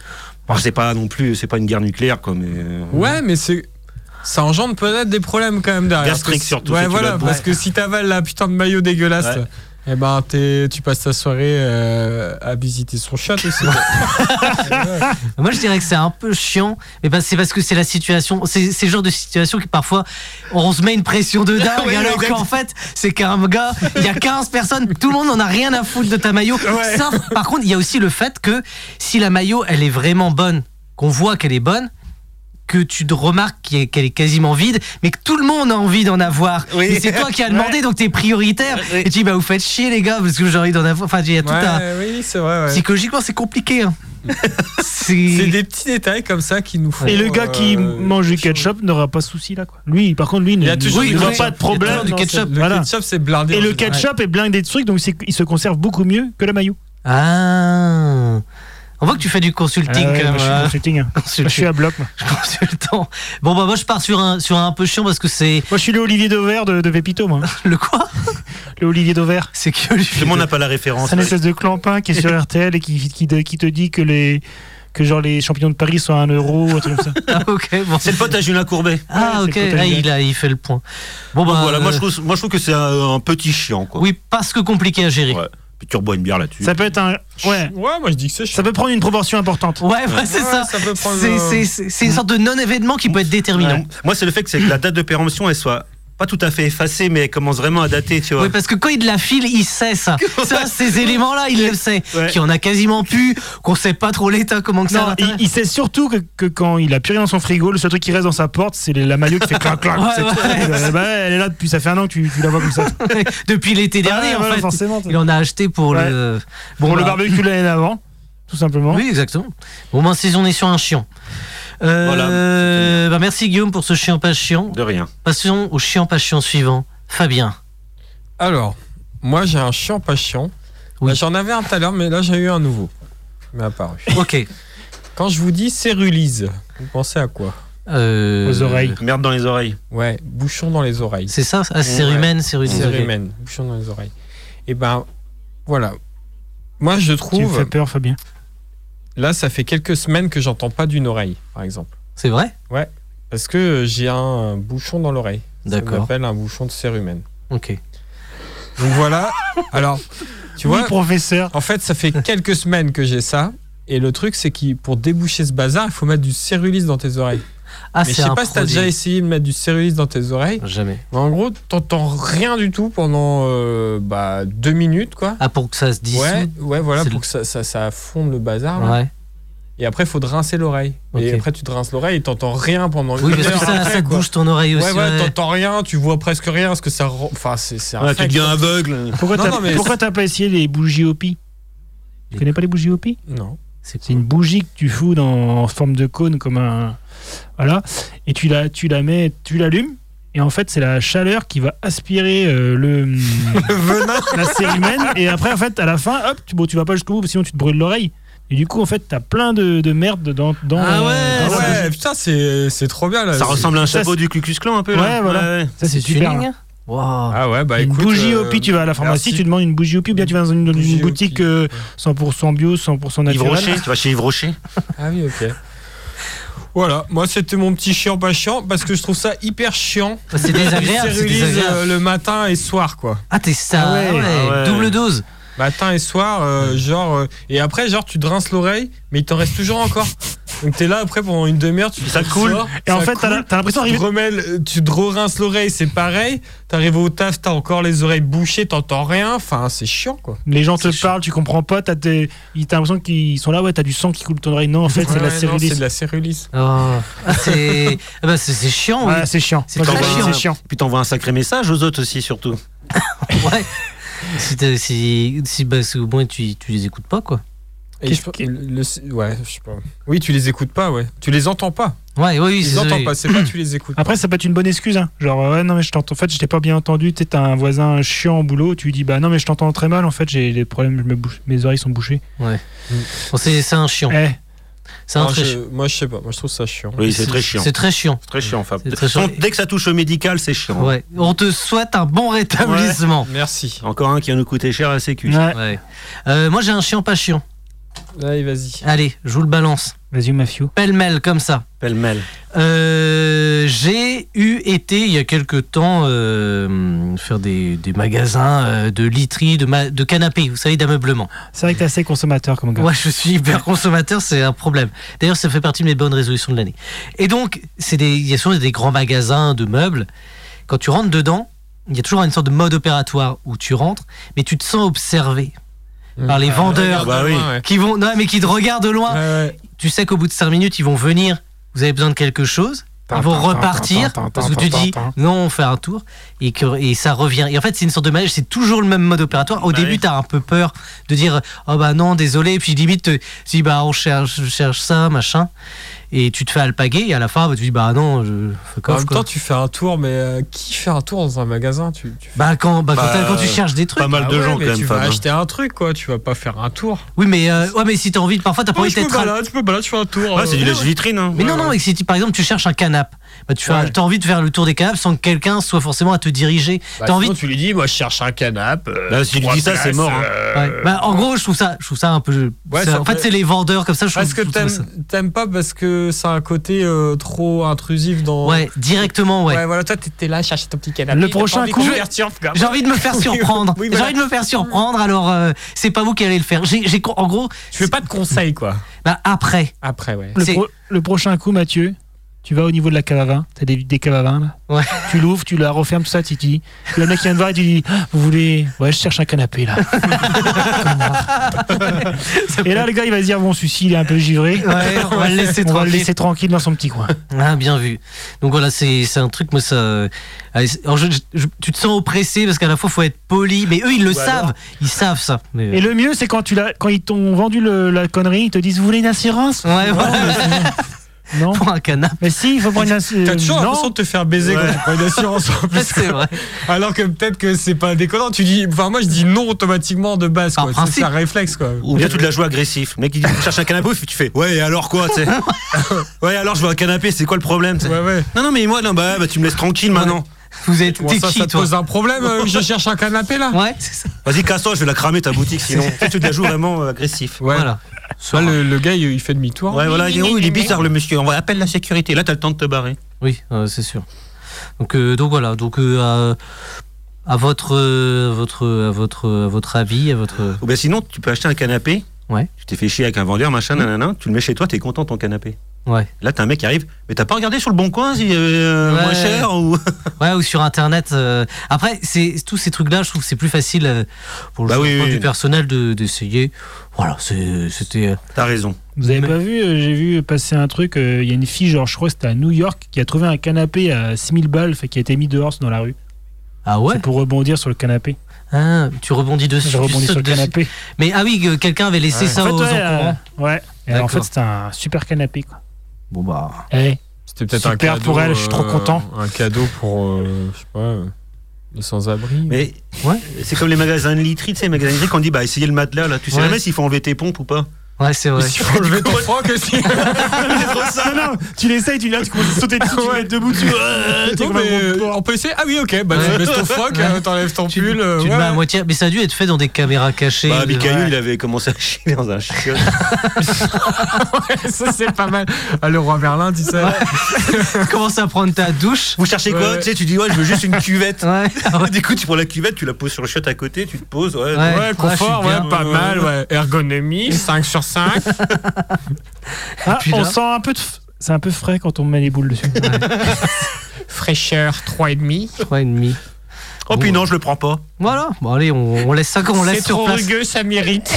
Speaker 2: bon, c'est pas non plus, c'est pas une guerre nucléaire euh, comme.
Speaker 3: Ouais, mais c'est ça engendre peut-être des problèmes quand même derrière.
Speaker 2: Gastrique
Speaker 3: Parce que-
Speaker 2: surtout,
Speaker 3: Ouais,
Speaker 2: si tu
Speaker 3: voilà,
Speaker 2: l'as
Speaker 3: parce que si t'avales la putain de maillot dégueulasse.
Speaker 2: Ouais.
Speaker 3: Eh ben, t'es- tu passes ta soirée euh, à visiter son
Speaker 4: [laughs]
Speaker 3: chat aussi.
Speaker 1: Moi, je dirais que c'est un peu chiant, mais bah, c'est parce que c'est la situation, c'est c'est le genre de situation qui parfois on se met une pression de dingue,
Speaker 2: Ouais,
Speaker 1: alors
Speaker 2: ouais,
Speaker 1: qu'en fait, c'est qu'un gars, il y a 15 personnes, tout le monde en a rien à foutre de ta maillot. Sauf, par contre, il y a aussi le fait que si la maillot, elle est vraiment bonne, qu'on voit qu'elle est bonne, que tu te remarques qu'il y a- qu'elle est quasiment vide, mais que tout le monde a envie d'en avoir.
Speaker 2: Oui.
Speaker 1: Et c'est toi qui as demandé, donc t'es prioritaire.
Speaker 2: Oui.
Speaker 1: Et tu dis, bah vous faites chier les gars, parce que j'ai envie d'en avoir. Enfin, il y a tout un.
Speaker 3: Ouais, oui, c'est vrai. ouais.
Speaker 1: Psychologiquement, c'est compliqué. hein.
Speaker 3: C'est des petits détails comme ça qui nous font.
Speaker 4: Et le gars qui
Speaker 3: euh,
Speaker 4: mange du
Speaker 3: changer.
Speaker 4: ketchup n'aura pas de souci là quoi. Lui, par contre, lui,
Speaker 3: Il y a
Speaker 4: ne-
Speaker 3: toujours
Speaker 4: il
Speaker 3: du
Speaker 4: voit
Speaker 3: ketchup.
Speaker 4: pas
Speaker 1: Il
Speaker 4: de
Speaker 1: y
Speaker 4: problème.
Speaker 1: a toujours du
Speaker 4: dans
Speaker 1: ketchup.
Speaker 4: cette-
Speaker 3: Le
Speaker 4: Voilà.
Speaker 3: ketchup, c'est blindé.
Speaker 4: Et
Speaker 3: en
Speaker 4: le
Speaker 3: général.
Speaker 4: ketchup est blindé de trucs, donc c'est- il se conserve beaucoup mieux que la maillot.
Speaker 1: Ah On voit que tu fais du consulting
Speaker 4: Ah ouais,
Speaker 1: comme
Speaker 4: moi, je suis
Speaker 1: euh,
Speaker 4: consulting. Moi, je suis à bloc. moi.
Speaker 1: [laughs] consultant. Bon bah moi je pars sur un sur un un peu chiant parce que c'est
Speaker 4: Moi, je suis le Olivier Dauvert de, de Pépito, moi.
Speaker 1: le quoi
Speaker 4: Le Olivier Dauvert.
Speaker 1: C'est que lui.
Speaker 2: Tout le monde n'a pas la référence.
Speaker 4: C'est un espèce de clampin qui est [laughs] sur RTL et qui, qui, qui te dit que les que genre les champions de Paris sont à 1 euro, un truc [laughs] comme ça.
Speaker 1: [laughs] Ah, ok. Bon.
Speaker 2: C'est le pote à Julien Courbet.
Speaker 1: Ah
Speaker 4: Ouais,
Speaker 1: ok.
Speaker 4: c'est le pote à
Speaker 1: Ah,
Speaker 4: Julien.
Speaker 1: il a il fait le point. Bon
Speaker 2: Donc
Speaker 1: bah
Speaker 2: voilà, moi je,
Speaker 1: euh,
Speaker 2: trouve, moi je trouve que c'est un, un petit chiant quoi.
Speaker 1: oui parce que compliqué à gérer. Ouais,
Speaker 2: Ouais. Puis tu rebois une bière là-dessus.
Speaker 4: Ça peut être un ouais,
Speaker 3: Ouais, moi je dis que c'est chiant.
Speaker 4: ça peut prendre une proportion importante.
Speaker 1: bah, c'est
Speaker 3: Ouais,
Speaker 1: ça.
Speaker 3: ça peut prendre,
Speaker 1: C'est-
Speaker 3: euh,
Speaker 1: c'est- C'est c'est une sorte de non événement qui peut être
Speaker 2: Non,
Speaker 1: déterminant.
Speaker 2: Moi c'est le fait que, c'est que la date de péremption elle soit pas tout à fait effacée mais elle commence vraiment à dater tu vois.
Speaker 1: Oui, parce que quand il la file, il sait
Speaker 4: [laughs]
Speaker 1: ça. Ça, ces éléments-là, il le sait.
Speaker 2: Ouais.
Speaker 1: Qu'il y en a quasiment plus, qu'on sait pas trop l'état, comment que ça
Speaker 4: Non,
Speaker 1: va.
Speaker 4: il, il sait surtout que, que quand il a plus rien dans son frigo, le seul truc qui reste dans sa porte, c'est la maillot qui fait clac [laughs] clac.
Speaker 1: Ouais,
Speaker 4: c'est tout.
Speaker 1: ouais.
Speaker 4: Euh, bah, elle est là depuis ça fait un an que tu, tu la vois comme [laughs] ça.
Speaker 1: [laughs] Depuis l'été dernier,
Speaker 4: Ouais,
Speaker 1: en
Speaker 4: voilà,
Speaker 1: fait.
Speaker 4: forcément.
Speaker 1: Il en a acheté pour
Speaker 4: Ouais.
Speaker 1: le.
Speaker 4: Pour le
Speaker 1: bah,
Speaker 4: barbecue l'année d'avant, tout simplement.
Speaker 1: Oui, exactement. Bon, ben, si on est sur un chiant. Euh, bah, merci Guillaume pour ce chiant pas chiant.
Speaker 2: De rien.
Speaker 1: Passons au chiant pas chiant suivant. Fabien.
Speaker 3: Alors, moi j'ai un chiant pas chiant.
Speaker 1: Oui.
Speaker 3: Bah, J'en avais un tout à l'heure, mais là j'ai eu un nouveau. qui m'est apparu.
Speaker 1: Ok.
Speaker 3: Quand je vous dis cérulise, vous pensez à quoi
Speaker 1: Euh,
Speaker 4: Aux oreilles.
Speaker 2: Merde dans les oreilles.
Speaker 3: Ouais, bouchon dans les oreilles.
Speaker 1: C'est ça ah, C'est
Speaker 3: Ouais.
Speaker 1: rumaine, c'est rumaine. ok.
Speaker 3: Cérumen, bouchon dans les oreilles. Et ben voilà. Moi je
Speaker 4: Tu me
Speaker 3: trouve,
Speaker 4: fais peur, Fabien.
Speaker 3: là ça fait quelques semaines que j'entends pas d'une oreille, par exemple.
Speaker 1: C'est vrai
Speaker 3: Parce que j'ai un euh, bouchon dans l'oreille. On
Speaker 1: D'accord.
Speaker 3: appelle un bouchon de cérumen.
Speaker 1: Ok.
Speaker 3: Donc voilà. Alors, tu
Speaker 4: oui,
Speaker 3: vois,
Speaker 4: professeur.
Speaker 3: en fait, ça fait quelques semaines que j'ai ça. Et le truc, c'est que pour déboucher ce bazar, il faut mettre du cérulis dans tes oreilles.
Speaker 1: Ah,
Speaker 3: Mais
Speaker 1: c'est
Speaker 3: je sais
Speaker 1: un
Speaker 3: pas si t'as
Speaker 1: produit.
Speaker 3: déjà essayé de mettre du cérulis dans tes oreilles.
Speaker 1: Jamais.
Speaker 3: Mais en gros, t'entends rien du tout pendant euh, bah, deux minutes, quoi.
Speaker 1: Ah, pour que ça se dissoute
Speaker 3: Ouais, ouais, voilà,
Speaker 1: C'est
Speaker 3: pour
Speaker 1: le-
Speaker 3: que ça, ça, ça fonde le bazar. là.
Speaker 1: Ouais.
Speaker 3: Et après, il faut te rincer l'oreille. Et
Speaker 1: Ok.
Speaker 3: après, tu te rinces l'oreille et t'entends rien pendant
Speaker 1: Oui,
Speaker 3: une
Speaker 1: parce que
Speaker 3: heure
Speaker 1: ça,
Speaker 3: après,
Speaker 1: ça
Speaker 3: quoi.
Speaker 1: bouge ton oreille aussi.
Speaker 3: Ouais, ouais,
Speaker 1: ouais.
Speaker 3: t'entends rien, tu vois presque rien, parce que ça... re- Enfin, c'est c'est un
Speaker 2: Ouais, tu
Speaker 3: fake.
Speaker 2: deviens aveugle.
Speaker 4: Pourquoi
Speaker 3: Non,
Speaker 4: t'as
Speaker 3: non, mais
Speaker 4: pourquoi t'as pas essayé les bougies Hopi Tu
Speaker 1: Les-
Speaker 4: connais pas les bougies Hopi
Speaker 3: Non.
Speaker 1: C'est
Speaker 4: C'est une bougie que tu fous dans, en forme de cône comme un voilà et tu la tu la mets tu l'allumes et en fait c'est la chaleur qui va aspirer euh, le [laughs]
Speaker 3: [laughs]
Speaker 4: venin la cérumen et après en fait à la fin hop tu, bon tu vas pas jusqu'au bout sinon tu te brûles l'oreille et du coup en fait t'as plein de, de merde dans dans
Speaker 1: Ah
Speaker 4: dans
Speaker 3: Ah
Speaker 4: la bougie.
Speaker 3: ouais, putain, c'est c'est trop bien là.
Speaker 2: Ça
Speaker 3: C'est-
Speaker 2: ressemble à un
Speaker 4: ça,
Speaker 2: chapeau
Speaker 4: c'est-
Speaker 2: du Ku Klux Klan un peu là.
Speaker 4: Ouais, voilà. ça c'est
Speaker 1: C'est
Speaker 4: super
Speaker 1: tuning
Speaker 4: hein.
Speaker 1: Waouh.
Speaker 3: Ah ouais, bah
Speaker 4: une
Speaker 3: écoute.
Speaker 4: bougie
Speaker 3: euh,
Speaker 4: Hopi tu vas à la pharmacie
Speaker 3: merci.
Speaker 4: tu demandes une bougie Hopi ou bien tu vas dans une, dans une
Speaker 3: Bougie
Speaker 4: boutique
Speaker 3: Hopi.
Speaker 4: euh, 100% bio 100%
Speaker 2: Yves
Speaker 4: naturel
Speaker 2: Rocher, tu vas chez Yves Rocher.
Speaker 3: Ah oui, ok. Voilà, moi c'était mon petit chiant pas chiant parce que je trouve ça hyper chiant.
Speaker 1: Ah, C'est désagréable.
Speaker 3: [laughs]
Speaker 1: C'est
Speaker 3: Cérulis
Speaker 1: désagréable.
Speaker 3: euh, le matin et soir quoi.
Speaker 1: Ah, t'es ça.
Speaker 4: Ah ouais,
Speaker 1: ouais,
Speaker 2: ah ouais.
Speaker 1: Double dose.
Speaker 3: Matin et soir, euh, genre. euh, et après, genre, tu te rinces l'oreille, mais il t'en reste toujours encore. Donc t'es là après pendant une demi-heure, tu
Speaker 2: Ça
Speaker 3: te
Speaker 2: coule.
Speaker 3: sors,
Speaker 4: et en
Speaker 3: ça
Speaker 4: fait t'as la-
Speaker 3: coule.
Speaker 4: t'as l'impression
Speaker 3: Tu
Speaker 4: d'arriver
Speaker 3: te remets le- tu te re-rinces l'oreille, c'est pareil. T'arrives au taf, t'as encore les oreilles bouchées, t'entends rien. Enfin, c'est chiant quoi.
Speaker 4: Les gens
Speaker 3: C'est
Speaker 4: te
Speaker 3: chiant.
Speaker 4: parlent, tu comprends pas, t'as des- ils- t'as l'impression qu'ils sont là, ouais, t'as du sang qui coule de ton oreille. Non, en fait, c'est de la
Speaker 3: Ouais, non, C'est de
Speaker 4: cérulite.
Speaker 3: la cérulise.
Speaker 1: Oh. Ah, c'est ah bah, c'est- c'est chiant. oui.
Speaker 4: Ah, c'est chiant.
Speaker 1: C'est
Speaker 4: Moi,
Speaker 1: très
Speaker 4: je trouve que
Speaker 1: chiant.
Speaker 4: C'est chiant.
Speaker 2: Puis t'envoies un sacré message aux autres aussi surtout.
Speaker 1: Ouais. Si, t'as- si, si, bah, c'est au moins tu, tu les écoutes pas, quoi.
Speaker 3: Et je, le- le- ouais, je sais pas. Oui, tu les écoutes pas, ouais. Tu les entends pas.
Speaker 1: Ouais, ouais, oui,
Speaker 3: Tu
Speaker 1: c'est
Speaker 3: les
Speaker 1: ça.
Speaker 3: entends pas, c'est pas tu les
Speaker 1: Ah,
Speaker 3: écoutes.
Speaker 4: Après, ça peut être une bonne excuse. hein. Genre, euh, ouais, non, mais je t'entends. En fait, je t'ai pas bien entendu. T'es un voisin chiant au boulot. Tu lui dis, bah non, mais je t'entends très mal. En fait, j'ai des problèmes. je me bouche- Mes oreilles sont bouchées.
Speaker 1: Bon, c'est c'est un chiant.
Speaker 4: Eh,
Speaker 1: C'est un
Speaker 3: Alors,
Speaker 1: très
Speaker 3: je-
Speaker 1: chiant.
Speaker 3: moi, je sais pas. Moi, je trouve ça chiant.
Speaker 2: Oui, c'est très chiant.
Speaker 1: C'est très chiant.
Speaker 2: Très chiant, Fab.
Speaker 1: C'est très chiant.
Speaker 2: Dès- Dès que ça touche au médical, c'est chiant.
Speaker 1: Ouais. On te souhaite un bon rétablissement.
Speaker 3: Merci.
Speaker 2: Encore un qui va nous coûter cher à la sécu.
Speaker 4: ouais.
Speaker 1: Ouais. Euh, moi, j'ai un chiant pas chiant.
Speaker 3: Allez, vas-y.
Speaker 1: Allez, je vous le balance.
Speaker 4: Vas-y, Mafio.
Speaker 1: Pêle-mêle, comme ça.
Speaker 2: Pêle-mêle.
Speaker 1: Euh, j'ai eu été il y a quelque temps euh, faire des, des magasins euh, de literie, de, ma- de canapés, vous savez, d'ameublement.
Speaker 4: C'est vrai que t'es assez consommateur comme gars.
Speaker 1: Moi, je suis hyper consommateur, c'est un problème. D'ailleurs, ça fait partie de mes bonnes résolutions de l'année. Et donc, c'est des, il y a souvent des grands magasins de meubles. Quand tu rentres dedans, il y a toujours une sorte de mode opératoire où tu rentres, mais tu te sens observé par les vendeurs
Speaker 2: bah oui.
Speaker 3: Mmh. Ouais, ouais.
Speaker 1: qui vont, non, mais qui te regardent de loin.
Speaker 3: Ouais, ouais.
Speaker 1: Tu sais qu'au bout de 5 minutes, ils vont venir, vous avez besoin de quelque chose, ils vont repartir, parce que tu dis, non, on fait un tour, et, que, et ça revient. Et en fait, c'est une sorte de manège, c'est toujours le même mode opératoire. Au
Speaker 2: Ouais.
Speaker 1: début, t'as un peu peur euh, bah, de dire, oh bah non, désolé, puis limite, tu dis, bah on cherche, je cherche ça, machin. et tu te fais alpaguer et à la fin bah, tu dis bah non je fuck
Speaker 3: En
Speaker 1: off
Speaker 3: même
Speaker 1: quoi.
Speaker 3: temps, tu fais un tour, mais euh, qui fait un tour dans un magasin tu, tu fais-
Speaker 1: Bah quand bah, quand,
Speaker 2: Bah,
Speaker 1: t'as- quand tu cherches des trucs.
Speaker 2: Pas mal
Speaker 3: Ah
Speaker 2: de
Speaker 3: ouais,
Speaker 2: gens quand
Speaker 3: mais
Speaker 2: même,
Speaker 3: Tu vas
Speaker 2: Fab.
Speaker 3: acheter un truc, quoi. Tu vas pas faire un tour.
Speaker 1: Oui mais euh, ouais mais si t'as envie parfois t'as pas
Speaker 3: Ouais,
Speaker 1: envie
Speaker 3: je me
Speaker 1: d'être à-
Speaker 3: balade, je me balade, je fais un tour.
Speaker 2: Ouais, c'est
Speaker 3: euh,
Speaker 2: du lèche-vitrine. Hein.
Speaker 1: Mais non, non, mais si tu- par exemple tu cherches un canap, bah, tu
Speaker 3: Ouais.
Speaker 1: as envie de faire le tour des canaps sans que quelqu'un soit forcément à te diriger.
Speaker 3: Bah,
Speaker 1: t'as envie
Speaker 3: sinon,
Speaker 1: de-
Speaker 3: tu lui dis, moi je cherche un canapé. euh,
Speaker 2: Là, si tu dis ça, c'est mort, hein.
Speaker 1: Ouais. Bah, en gros, je trouve ça, je trouve ça un peu.
Speaker 3: Ouais,
Speaker 1: c'est-
Speaker 3: ça
Speaker 1: en fait,
Speaker 3: peut-
Speaker 1: c'est les vendeurs comme ça. Je trouve,
Speaker 3: Parce que
Speaker 1: je trouve
Speaker 3: t'aimes
Speaker 1: ça-
Speaker 3: t'aimes pas parce que c'est un côté euh, trop intrusif dans.
Speaker 1: Ouais, directement, ouais.
Speaker 3: Ouais, voilà, toi t'étais là, chercher ton petit canapé.
Speaker 4: Le
Speaker 3: t'as pas
Speaker 4: prochain
Speaker 3: envie
Speaker 4: coup-
Speaker 3: qu'on te perturbe, quoi.
Speaker 1: J'ai envie de me faire surprendre.
Speaker 3: [laughs] Oui, voilà.
Speaker 1: J'ai envie de me faire surprendre. Alors, euh, c'est pas vous qui allez le faire. J'ai, j'ai- en gros,
Speaker 3: Tu fais pas de conseils, quoi.
Speaker 1: bah, après,
Speaker 3: Après, ouais.
Speaker 4: Le,
Speaker 1: C'est-
Speaker 4: pro- le prochain coup, Mathieu, tu vas au niveau de la cave à vin. T'as des, des caves à vin, là.
Speaker 1: Ouais.
Speaker 4: Tu l'ouvres, tu la refermes, tout ça, tu dis. Le mec vient te voir et tu dis Ah, Vous voulez. Ouais, je cherche un
Speaker 1: [laughs]
Speaker 4: canapé, là. Connard. et là, le gars, il va se dire Bon, celui-ci, il est un peu givré.
Speaker 1: ouais, on va le laisser
Speaker 4: On va le
Speaker 1: tranquille.
Speaker 4: laisser tranquille dans son petit coin.
Speaker 1: Ah, bien vu. Donc voilà, c'est, c'est un truc, moi, ça. euh, allez, c'est- alors, je- je- je- tu te sens oppressé parce qu'à la fois, faut être poli. Mais eux, ils le
Speaker 3: Ou
Speaker 1: savent.
Speaker 3: alors-
Speaker 1: Ils savent ça. Mais, euh,
Speaker 4: Et le mieux, c'est quand, tu l'as- quand ils t'ont vendu le- la connerie, ils te disent Vous voulez une assurance
Speaker 1: euh, Ouais, voilà.
Speaker 4: Non.
Speaker 1: Pour un
Speaker 3: [laughs]
Speaker 1: canap,
Speaker 4: Mais si, il faut
Speaker 1: [laughs]
Speaker 4: prendre une euh, assurance.
Speaker 3: T'as toujours l'impression de te faire baiser
Speaker 2: Ouais.
Speaker 3: quand tu prends une assurance [laughs] en plus.
Speaker 1: c'est vrai.
Speaker 3: Alors que peut-être que c'est pas déconnant. Tu dis, enfin moi je dis non automatiquement de base.
Speaker 1: Par
Speaker 3: quoi. C'est-
Speaker 1: principe.
Speaker 3: C'est un réflexe quoi.
Speaker 2: Ou bien tu de la joues agressif. Le mec, il dit, je cherche un canapé, tu fais, ouais, et alors quoi, tu sais Ouais, alors je veux un canapé, c'est quoi le problème tu sais
Speaker 3: Ouais ouais.
Speaker 2: Non, non, mais moi, non, bah, bah, tu me laisses tranquille maintenant.
Speaker 1: Vous êtes
Speaker 3: Comment
Speaker 1: t'es
Speaker 3: ça,
Speaker 1: qui,
Speaker 3: ça te
Speaker 1: toi
Speaker 3: pose un problème euh, que je cherche un canapé là.
Speaker 1: Ouais, c'est ça.
Speaker 2: Vas-y, casse-toi, je vais la cramer ta
Speaker 1: [laughs]
Speaker 2: boutique sinon. Tu sais, tu te la joues vraiment euh, agressif.
Speaker 3: Ouais.
Speaker 1: Voilà.
Speaker 3: Soit le, le gars il il fait demi-tour. [laughs]
Speaker 2: Ouais, voilà, il est, oh, il est bizarre le monsieur, on va appeler la sécurité. Là, t'as le temps de te barrer.
Speaker 1: Oui, euh, c'est sûr. Donc, euh, donc voilà. Donc euh, à, à votre, euh, à votre, à votre, à votre avis, à votre.
Speaker 2: Ou bien sinon, tu peux acheter un canapé.
Speaker 1: Ouais. Mm.
Speaker 2: Tu t'es fait chier avec un vendeur, machin, nanana. Tu le mets chez toi, t'es content de ton canapé.
Speaker 1: Ouais.
Speaker 2: Là, t'as un mec qui arrive, mais t'as pas regardé sur le bon coin s'il y avait euh,
Speaker 1: Ouais.
Speaker 2: moins cher ou. [laughs]
Speaker 1: Ouais, ou sur Internet. euh, Après, c'est tous ces trucs-là, je trouve que c'est plus facile euh, pour le
Speaker 2: Bah oui,
Speaker 1: changement
Speaker 2: oui,
Speaker 1: du
Speaker 2: oui.
Speaker 1: personnel de- d'essayer. Voilà, c'est- c'était. euh,
Speaker 2: T'as raison.
Speaker 4: Vous avez pas vu, euh, j'ai vu passer un truc, euh, il y a une fille, genre je crois que c'était à New York, qui a trouvé un canapé à 6000 balles, fait, qui a été mis dehors dans la rue.
Speaker 1: Ah ouais
Speaker 4: C'est pour rebondir sur
Speaker 1: [laughs]
Speaker 4: le canapé.
Speaker 1: Ah, Tu rebondis dessus.
Speaker 4: Je
Speaker 1: tu
Speaker 4: rebondis sur le
Speaker 1: sautes dessus.
Speaker 4: canapé.
Speaker 1: Mais ah oui, que quelqu'un avait laissé
Speaker 4: En
Speaker 1: ça
Speaker 4: fait,
Speaker 1: aux
Speaker 4: ouais,
Speaker 1: encourants.
Speaker 4: euh, ouais. Et en
Speaker 1: D'accord.
Speaker 4: fait, c'était un super canapé. Quoi.
Speaker 1: Bon bah.
Speaker 4: Eh,
Speaker 3: C'était peut-être un
Speaker 4: Super
Speaker 3: cadeau.
Speaker 4: pour elle, je suis trop
Speaker 3: euh,
Speaker 4: content.
Speaker 3: Un cadeau pour euh, je sais pas euh, les sans-abri.
Speaker 2: Mais
Speaker 1: Ouais.
Speaker 2: c'est comme les magasins de literie, tu sais, les magasins de literie qu'on dit, bah, essayez le matelas là. Tu sais
Speaker 1: Ouais.
Speaker 2: jamais s'ils font enlever tes pompes
Speaker 1: [laughs]
Speaker 2: ou pas.
Speaker 1: Ouais, c'est vrai.
Speaker 3: Tu peux enlever ton froc aussi.
Speaker 1: [laughs]
Speaker 4: tu l'essayes, tu l'as, tu commences à sauter dessus, tu vas être debout, tu [laughs] t'es
Speaker 3: Non,
Speaker 4: comme un
Speaker 3: mais,
Speaker 4: gros
Speaker 3: euh,
Speaker 4: porc.
Speaker 3: on peut essayer. Ah oui, ok. Bah, tu
Speaker 1: Ouais.
Speaker 3: baisses ton froc,
Speaker 1: Ouais.
Speaker 3: euh, t'enlèves ton
Speaker 1: Tu-
Speaker 3: pull. euh,
Speaker 1: tu le
Speaker 3: ouais.
Speaker 1: mets à moitié, mais ça a dû être fait dans des caméras cachées. euh,
Speaker 2: Bah,
Speaker 1: de-
Speaker 2: Bicayou, il avait commencé à chier dans un chiotte.
Speaker 3: Ça, c'est pas mal. Ah, le roi Merlin, tu sais.
Speaker 1: [laughs] Commence à prendre ta douche.
Speaker 2: Vous cherchez quoi
Speaker 3: Ouais.
Speaker 2: Tu sais, tu dis, ouais, je veux juste une [laughs] cuvette.
Speaker 1: Ouais.
Speaker 2: Ah, Du coup, tu prends la cuvette, tu la poses sur le chiotte à côté, tu te poses, ouais.
Speaker 1: Ouais.
Speaker 3: Ouais,
Speaker 1: Ah,
Speaker 3: confort,
Speaker 1: je suis
Speaker 3: ouais,
Speaker 1: bien.
Speaker 3: pas
Speaker 2: Ouais.
Speaker 3: mal, ouais. Ergonomie, 5 sur 5.
Speaker 4: Ah,
Speaker 1: puis
Speaker 4: on
Speaker 1: là-
Speaker 4: sent un peu de. f- C'est un peu frais quand on met les boules dessus.
Speaker 3: Fraîcheur, 3,5.
Speaker 1: Trois et demi.
Speaker 2: Oh, puis non, je le prends pas.
Speaker 1: Voilà. Bon, allez, on, on laisse ça comme on
Speaker 3: C'est
Speaker 1: laisse sur
Speaker 3: trop
Speaker 1: place.
Speaker 3: rugueux, ça mérite.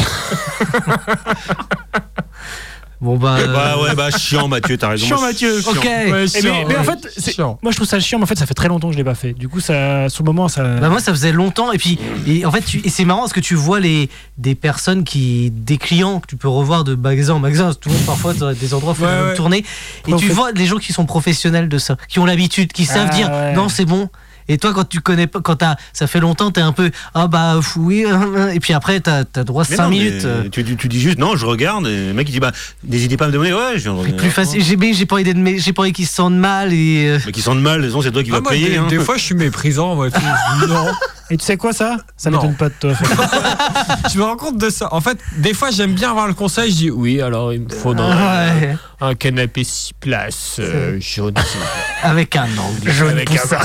Speaker 1: Bon, bah. euh,
Speaker 2: Bah, ouais, bah, chiant, Mathieu, t'as raison.
Speaker 4: Chiant,
Speaker 2: Moi,
Speaker 4: Mathieu.
Speaker 1: Ok.
Speaker 4: Eh, mais, mais en fait, c'est- Ah,
Speaker 3: chiant. Ah,
Speaker 4: moi je trouve ça chiant, mais en fait ça fait très longtemps que je l'ai pas fait. Du coup, ça, sur le moment, ça.
Speaker 1: Bah, moi, ça faisait longtemps. Et puis, et en fait, tu- et c'est marrant parce que tu vois les, des personnes qui. des clients que tu peux revoir de magasin en magasin. Tout le monde, parfois, t'as des endroits où il faut
Speaker 3: Ouais,
Speaker 1: même
Speaker 3: ouais.
Speaker 1: tourner. Et
Speaker 4: Prof-
Speaker 1: tu vois des gens qui sont professionnels de ça, qui ont l'habitude, qui savent
Speaker 4: Ah,
Speaker 1: dire
Speaker 4: ouais.
Speaker 1: non, c'est bon. Et toi, quand tu connais pas, quand t'as- ça fait longtemps, t'es un peu ah bah pff, oui, hein, hein. et puis après t'as as droit à
Speaker 2: Mais
Speaker 1: 5
Speaker 2: non, mais
Speaker 1: minutes. euh.
Speaker 2: Tu, tu- tu dis juste, non, je regarde. Et le mec, il dit, bah, n'hésitez pas à me demander, ouais, je viens de regarder.
Speaker 1: Plus facile. J'ai mais j'ai pas envie d'être, mais j'ai pas envie qu'ils se sentent mal et. euh,
Speaker 2: Mais qui sentent mal, disons, c'est toi qui
Speaker 3: Ah,
Speaker 2: vas
Speaker 3: moi,
Speaker 2: payer.
Speaker 3: des,
Speaker 2: hein.
Speaker 3: des fois, je suis méprisant. Moi, tu sais, je dis non.
Speaker 4: Et tu sais quoi ça Ça
Speaker 3: Non.
Speaker 4: m'étonne pas de
Speaker 1: [laughs]
Speaker 4: toi.
Speaker 3: [laughs] Je me rends compte de ça. En fait, des fois, j'aime bien avoir le conseil. Je dis oui, alors il me faudrait
Speaker 1: ouais.
Speaker 3: un canapé 6 places euh, jaune.
Speaker 1: [laughs] Avec un angle.
Speaker 3: Jaune poussin.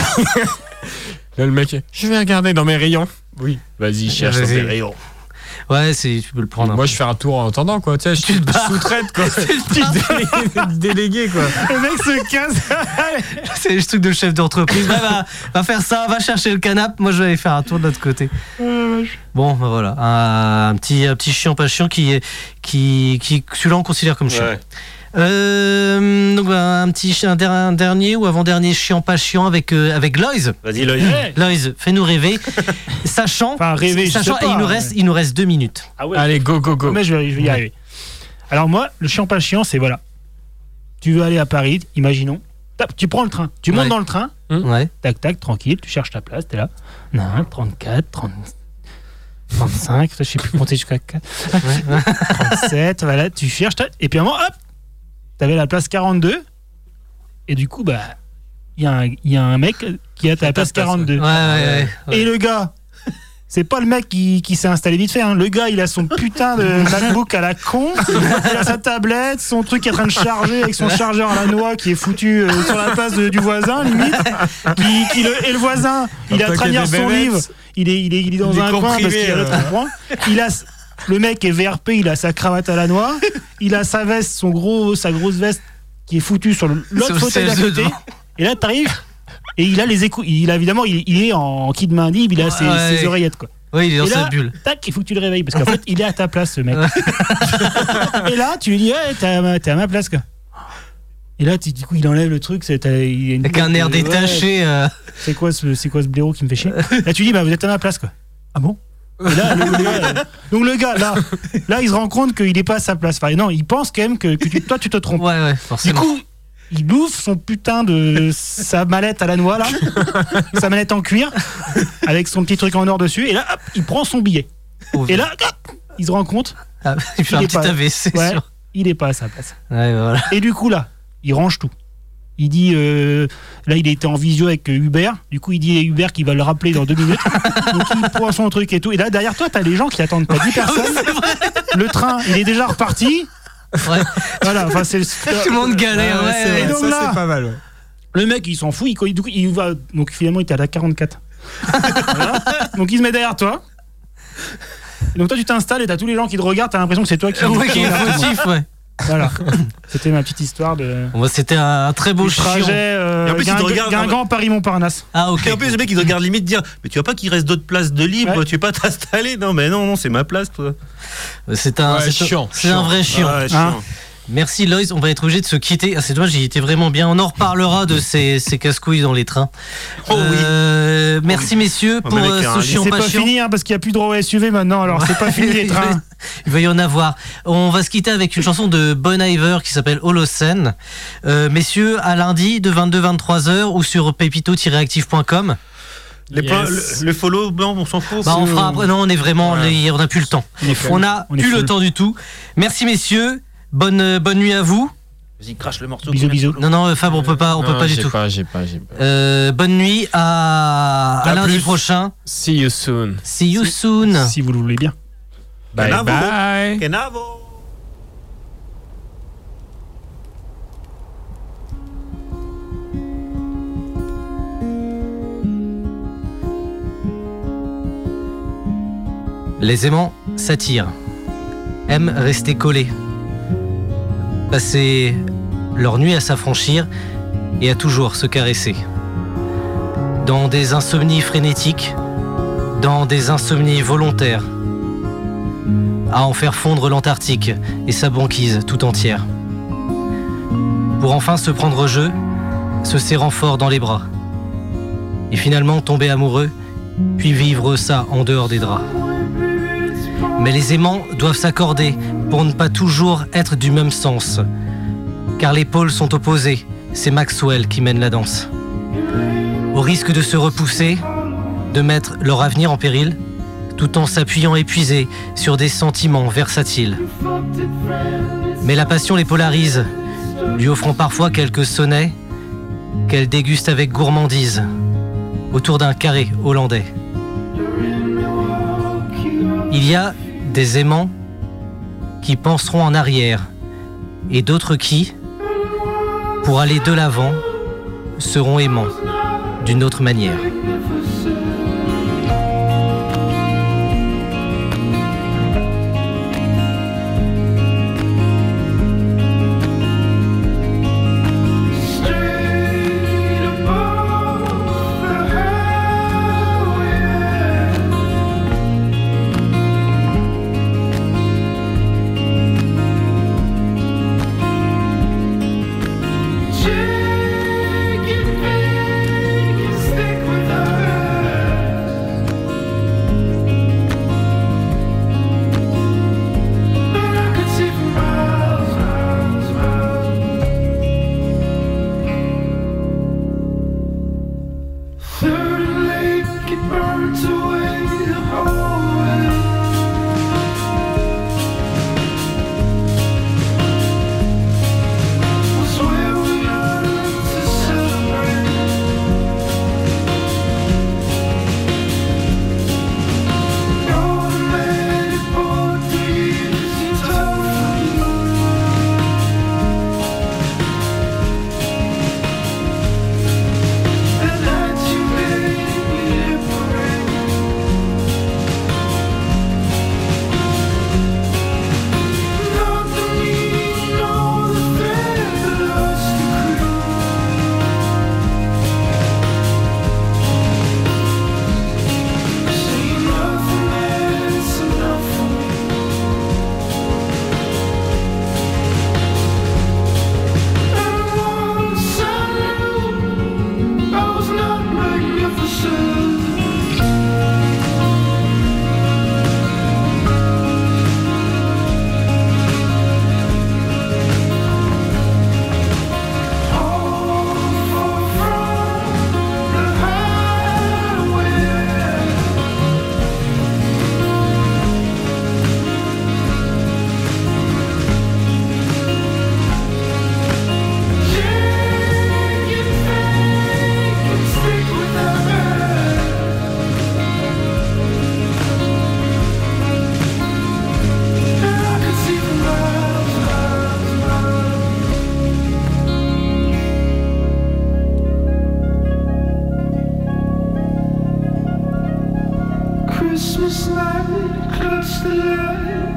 Speaker 3: Là, le mec, je vais regarder dans mes rayons. Oui. Vas-y, cherche dans
Speaker 1: Vas-y.
Speaker 3: tes rayons.
Speaker 1: Ouais, c'est, tu peux le prendre. un [laughs]
Speaker 3: Moi,
Speaker 1: peu.
Speaker 3: je fais un tour en attendant, quoi. Tu sais, je je sous-traite, quoi. [laughs] Je suis délégué, quoi.
Speaker 4: Le mec se casse.
Speaker 1: c'est le truc de chef d'entreprise. Ouais, va, va faire ça, va chercher le canap. Moi, je vais aller faire un tour de l'autre côté. Bon, bah voilà. Un, un petit, un petit chiant, pas chiant qui, est- qui, qui celui-là, on considère comme chiant.
Speaker 2: Ouais.
Speaker 1: Euh, donc, bah, un petit, chi- un, der- un dernier ou avant-dernier chiant, pas chiant avec, euh, avec Loïs.
Speaker 2: Vas-y, Loïs.
Speaker 1: Loïs, fais-nous
Speaker 4: [laughs]
Speaker 1: rêver. sachant.
Speaker 4: Enfin, rêver, je
Speaker 1: sachant,
Speaker 4: sais
Speaker 1: et
Speaker 4: pas,
Speaker 1: il nous
Speaker 4: ouais.
Speaker 1: reste, il nous reste deux minutes.
Speaker 4: Ah ouais.
Speaker 3: Allez, go, go, go.
Speaker 4: Mais je vais, je vais y arriver. Alors moi, le chiant pas chiant, c'est voilà. tu veux aller à Paris, imaginons. Tap, tu prends le train, tu montes
Speaker 1: Ouais.
Speaker 4: dans le train,
Speaker 1: Ouais.
Speaker 4: tac tac, tranquille, tu cherches ta place, t'es là. Non, 34, 30, 35, je sais plus compter jusqu'à 4, [laughs] 37, voilà, tu cherches, ta- et puis à un moment, hop, t'avais la place 42, et du coup, bah, il y, a un- il y a un mec qui a ta place
Speaker 3: place, ouais.
Speaker 4: 42.
Speaker 1: Ouais, ouais, ouais. ouais.
Speaker 4: Et le gars [laughs] c'est pas le mec qui, qui s'est installé vite fait. hein. Le gars, il a son
Speaker 3: [laughs]
Speaker 4: putain de MacBook à la con. Il a sa tablette, son truc qui est en train de charger avec son chargeur à la noix qui est foutu euh, sur la place de- du voisin, limite. Qui, qui le- et le voisin, il a
Speaker 3: Tant qu'il y a
Speaker 4: traîné
Speaker 3: des
Speaker 4: son
Speaker 3: bébêtes.
Speaker 4: livre. Il est, il est, il est dans
Speaker 3: Il est
Speaker 4: un coin parce
Speaker 3: comprimé,
Speaker 4: qu'il est à l'autre
Speaker 3: euh.
Speaker 4: coin. Il a, s- le mec est VRP, il a sa cravate à la noix. Il a sa veste, son gros, sa grosse veste qui est foutue sur le- l'autre
Speaker 1: Sur le
Speaker 4: fauteuil d'à
Speaker 1: siège de
Speaker 4: côté.
Speaker 1: devant.
Speaker 4: Et là, t'arrives. Et il a les écou il a évidemment, il, il est en kit main libre, il a ses,
Speaker 1: Ouais.
Speaker 4: ses oreillettes quoi.
Speaker 1: Oui, il est dans
Speaker 4: Et là,
Speaker 1: sa bulle.
Speaker 4: Tac, il faut que tu le réveilles parce qu'en fait, il est à ta place ce mec. [laughs] et là, tu lui dis, ouais, t'es à, ma- t'es à ma place quoi. Et là, tu- du coup, il enlève le truc, c'est t'as- il y a une-
Speaker 1: Avec un air
Speaker 4: Ouais,
Speaker 1: détaché. euh,
Speaker 4: c'est quoi ce c'est quoi ce blaireau qui
Speaker 1: [laughs]
Speaker 4: me fait chier Là tu dis bah vous êtes à ma place quoi. Ah bon Et là, le- le
Speaker 1: [laughs]
Speaker 4: gars, euh, donc le gars là, là il se rend compte qu'il n'est pas à sa place. Enfin, non, il pense quand même que, que tu- toi tu te trompes.
Speaker 1: Ouais, ouais,
Speaker 4: Du
Speaker 1: forcément.
Speaker 4: coup, il ouvre son putain de [laughs] sa mallette à la
Speaker 1: [laughs]
Speaker 4: noix là, sa mallette en cuir avec son petit truc en or dessus et là hop, il prend son billet.
Speaker 1: Pauvre.
Speaker 4: Et là hop, il se rend compte
Speaker 1: Ah, il fait
Speaker 4: il
Speaker 1: un
Speaker 4: est
Speaker 1: petit
Speaker 4: pas-
Speaker 1: AVC
Speaker 4: ouais,
Speaker 1: sur.
Speaker 4: il est pas à sa place.
Speaker 1: Ouais, voilà.
Speaker 4: [laughs] Et du coup, là, il range tout. Il dit, euh, là, il était en visio avec euh, Hubert. Du coup, il dit à Hubert qu'il va le rappeler dans
Speaker 1: [laughs]
Speaker 4: deux minutes. Donc, il prend son truc et tout. Et là, derrière toi, t'as les gens qui attendent. T'as 10 personnes. Le train, il est déjà reparti.
Speaker 1: Ouais.
Speaker 4: Voilà, enfin, c'est le.
Speaker 1: Tout le monde galère.
Speaker 3: Ouais,
Speaker 1: ouais,
Speaker 3: c'est
Speaker 1: ouais.
Speaker 4: Et
Speaker 3: vrai,
Speaker 4: donc
Speaker 3: ça
Speaker 4: là-
Speaker 3: c'est pas mal. ouais.
Speaker 4: Le mec, il s'en fout. Il, co- du coup, il va. Donc, finalement, il était à la 44. [laughs] Voilà. Donc, il se met derrière toi. Et donc, toi, tu t'installes et t'as tous les gens qui te regardent. T'as l'impression que c'est toi qui.
Speaker 1: Ouais, qui est fautif, ouais.
Speaker 4: Voilà. C'était ma petite histoire de.
Speaker 1: Bon, bah, C'était un, un très beau
Speaker 4: du trajet.
Speaker 1: chiron.
Speaker 4: Euh,
Speaker 2: Et en plus, il te
Speaker 4: Guingamp-
Speaker 2: regarde-
Speaker 4: Guingamp, Paris-Montparnasse.
Speaker 1: Ah, ok.
Speaker 2: Et en plus, le mec, il te regarde limite dire Mais tu vois pas qu'il reste d'autres places de libre,
Speaker 4: Ouais.
Speaker 2: tu veux pas t'installer Non, mais non, non, c'est ma place, toi.
Speaker 1: C'est un,
Speaker 3: Ouais,
Speaker 1: c'est un-
Speaker 3: chiant,
Speaker 1: c'est un
Speaker 3: chiant.
Speaker 1: vrai chiant.
Speaker 2: Ouais,
Speaker 4: Hein.
Speaker 2: chiant.
Speaker 1: Merci Loïs, on va être obligé de se quitter. Ah, c'est dommage, j'y étais vraiment bien. On en reparlera de ces, ces casse-couilles dans les trains.
Speaker 2: Oh oui.
Speaker 1: Euh, merci messieurs
Speaker 2: On
Speaker 1: pour
Speaker 2: va mettre
Speaker 1: euh,
Speaker 2: un
Speaker 1: ce
Speaker 2: lit.
Speaker 1: chiant
Speaker 4: C'est
Speaker 1: pas
Speaker 4: pas
Speaker 1: chiant.
Speaker 4: fini hein, parce qu'il n'y a plus de droit au SUV maintenant, alors Ah, c'est pas fini les
Speaker 1: [laughs]
Speaker 4: trains.
Speaker 1: Il va y en avoir. On va se quitter avec une chanson de Bon Iver qui s'appelle Holocène. Euh, messieurs, à lundi de 22-23h ou sur pépito-active.com.
Speaker 2: Les
Speaker 3: Yes.
Speaker 2: points- le, le follow, non, on s'en fout.
Speaker 1: Bah, on fera après. Non, on est vraiment.
Speaker 3: Ouais.
Speaker 1: les- on n'a plus le temps.
Speaker 4: On est full.
Speaker 1: On a
Speaker 4: On est
Speaker 1: plus le
Speaker 4: full.
Speaker 1: temps du tout. Merci, messieurs. Bonne, euh, bonne nuit à vous.
Speaker 2: Vas-y, crache le morceau.
Speaker 4: Bisous, bisous.
Speaker 1: Non, non, Fab, on peut pas, on peut
Speaker 3: Non,
Speaker 1: pas du
Speaker 3: j'ai
Speaker 1: tout.
Speaker 3: pas, j'ai pas, j'ai pas.
Speaker 1: Euh, bonne nuit à, à
Speaker 3: À
Speaker 1: lundi
Speaker 3: plus.
Speaker 1: prochain.
Speaker 3: See you soon.
Speaker 1: See you soon.
Speaker 4: Si vous le voulez bien.
Speaker 3: Bye
Speaker 2: Bravo.
Speaker 3: bye.
Speaker 2: Kenavo.
Speaker 1: Les aimants s'attirent, aiment rester collés, passer leur nuit à s'affranchir et à toujours se caresser. Dans des insomnies frénétiques, dans des insomnies volontaires, à en faire fondre l'Antarctique et sa banquise tout entière. Pour enfin se prendre au jeu, se serrant fort dans les bras, et finalement tomber amoureux, puis vivre ça en dehors des draps. Mais les aimants doivent s'accorder pour ne pas toujours être du même sens. Car les pôles sont opposés, c'est Maxwell qui mène la danse. Au risque de se repousser, de mettre leur avenir en péril, tout en s'appuyant épuisés sur des sentiments versatiles. Mais la passion les polarise, lui offrant parfois quelques sonnets qu'elle déguste avec gourmandise autour d'un carré hollandais. Il y a des aimants qui penseront en arrière et d'autres qui, pour aller de l'avant, seront aimants d'une autre manière.
Speaker 10: Stick with
Speaker 9: Christmas night, close the light,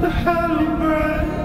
Speaker 9: the hollow bride.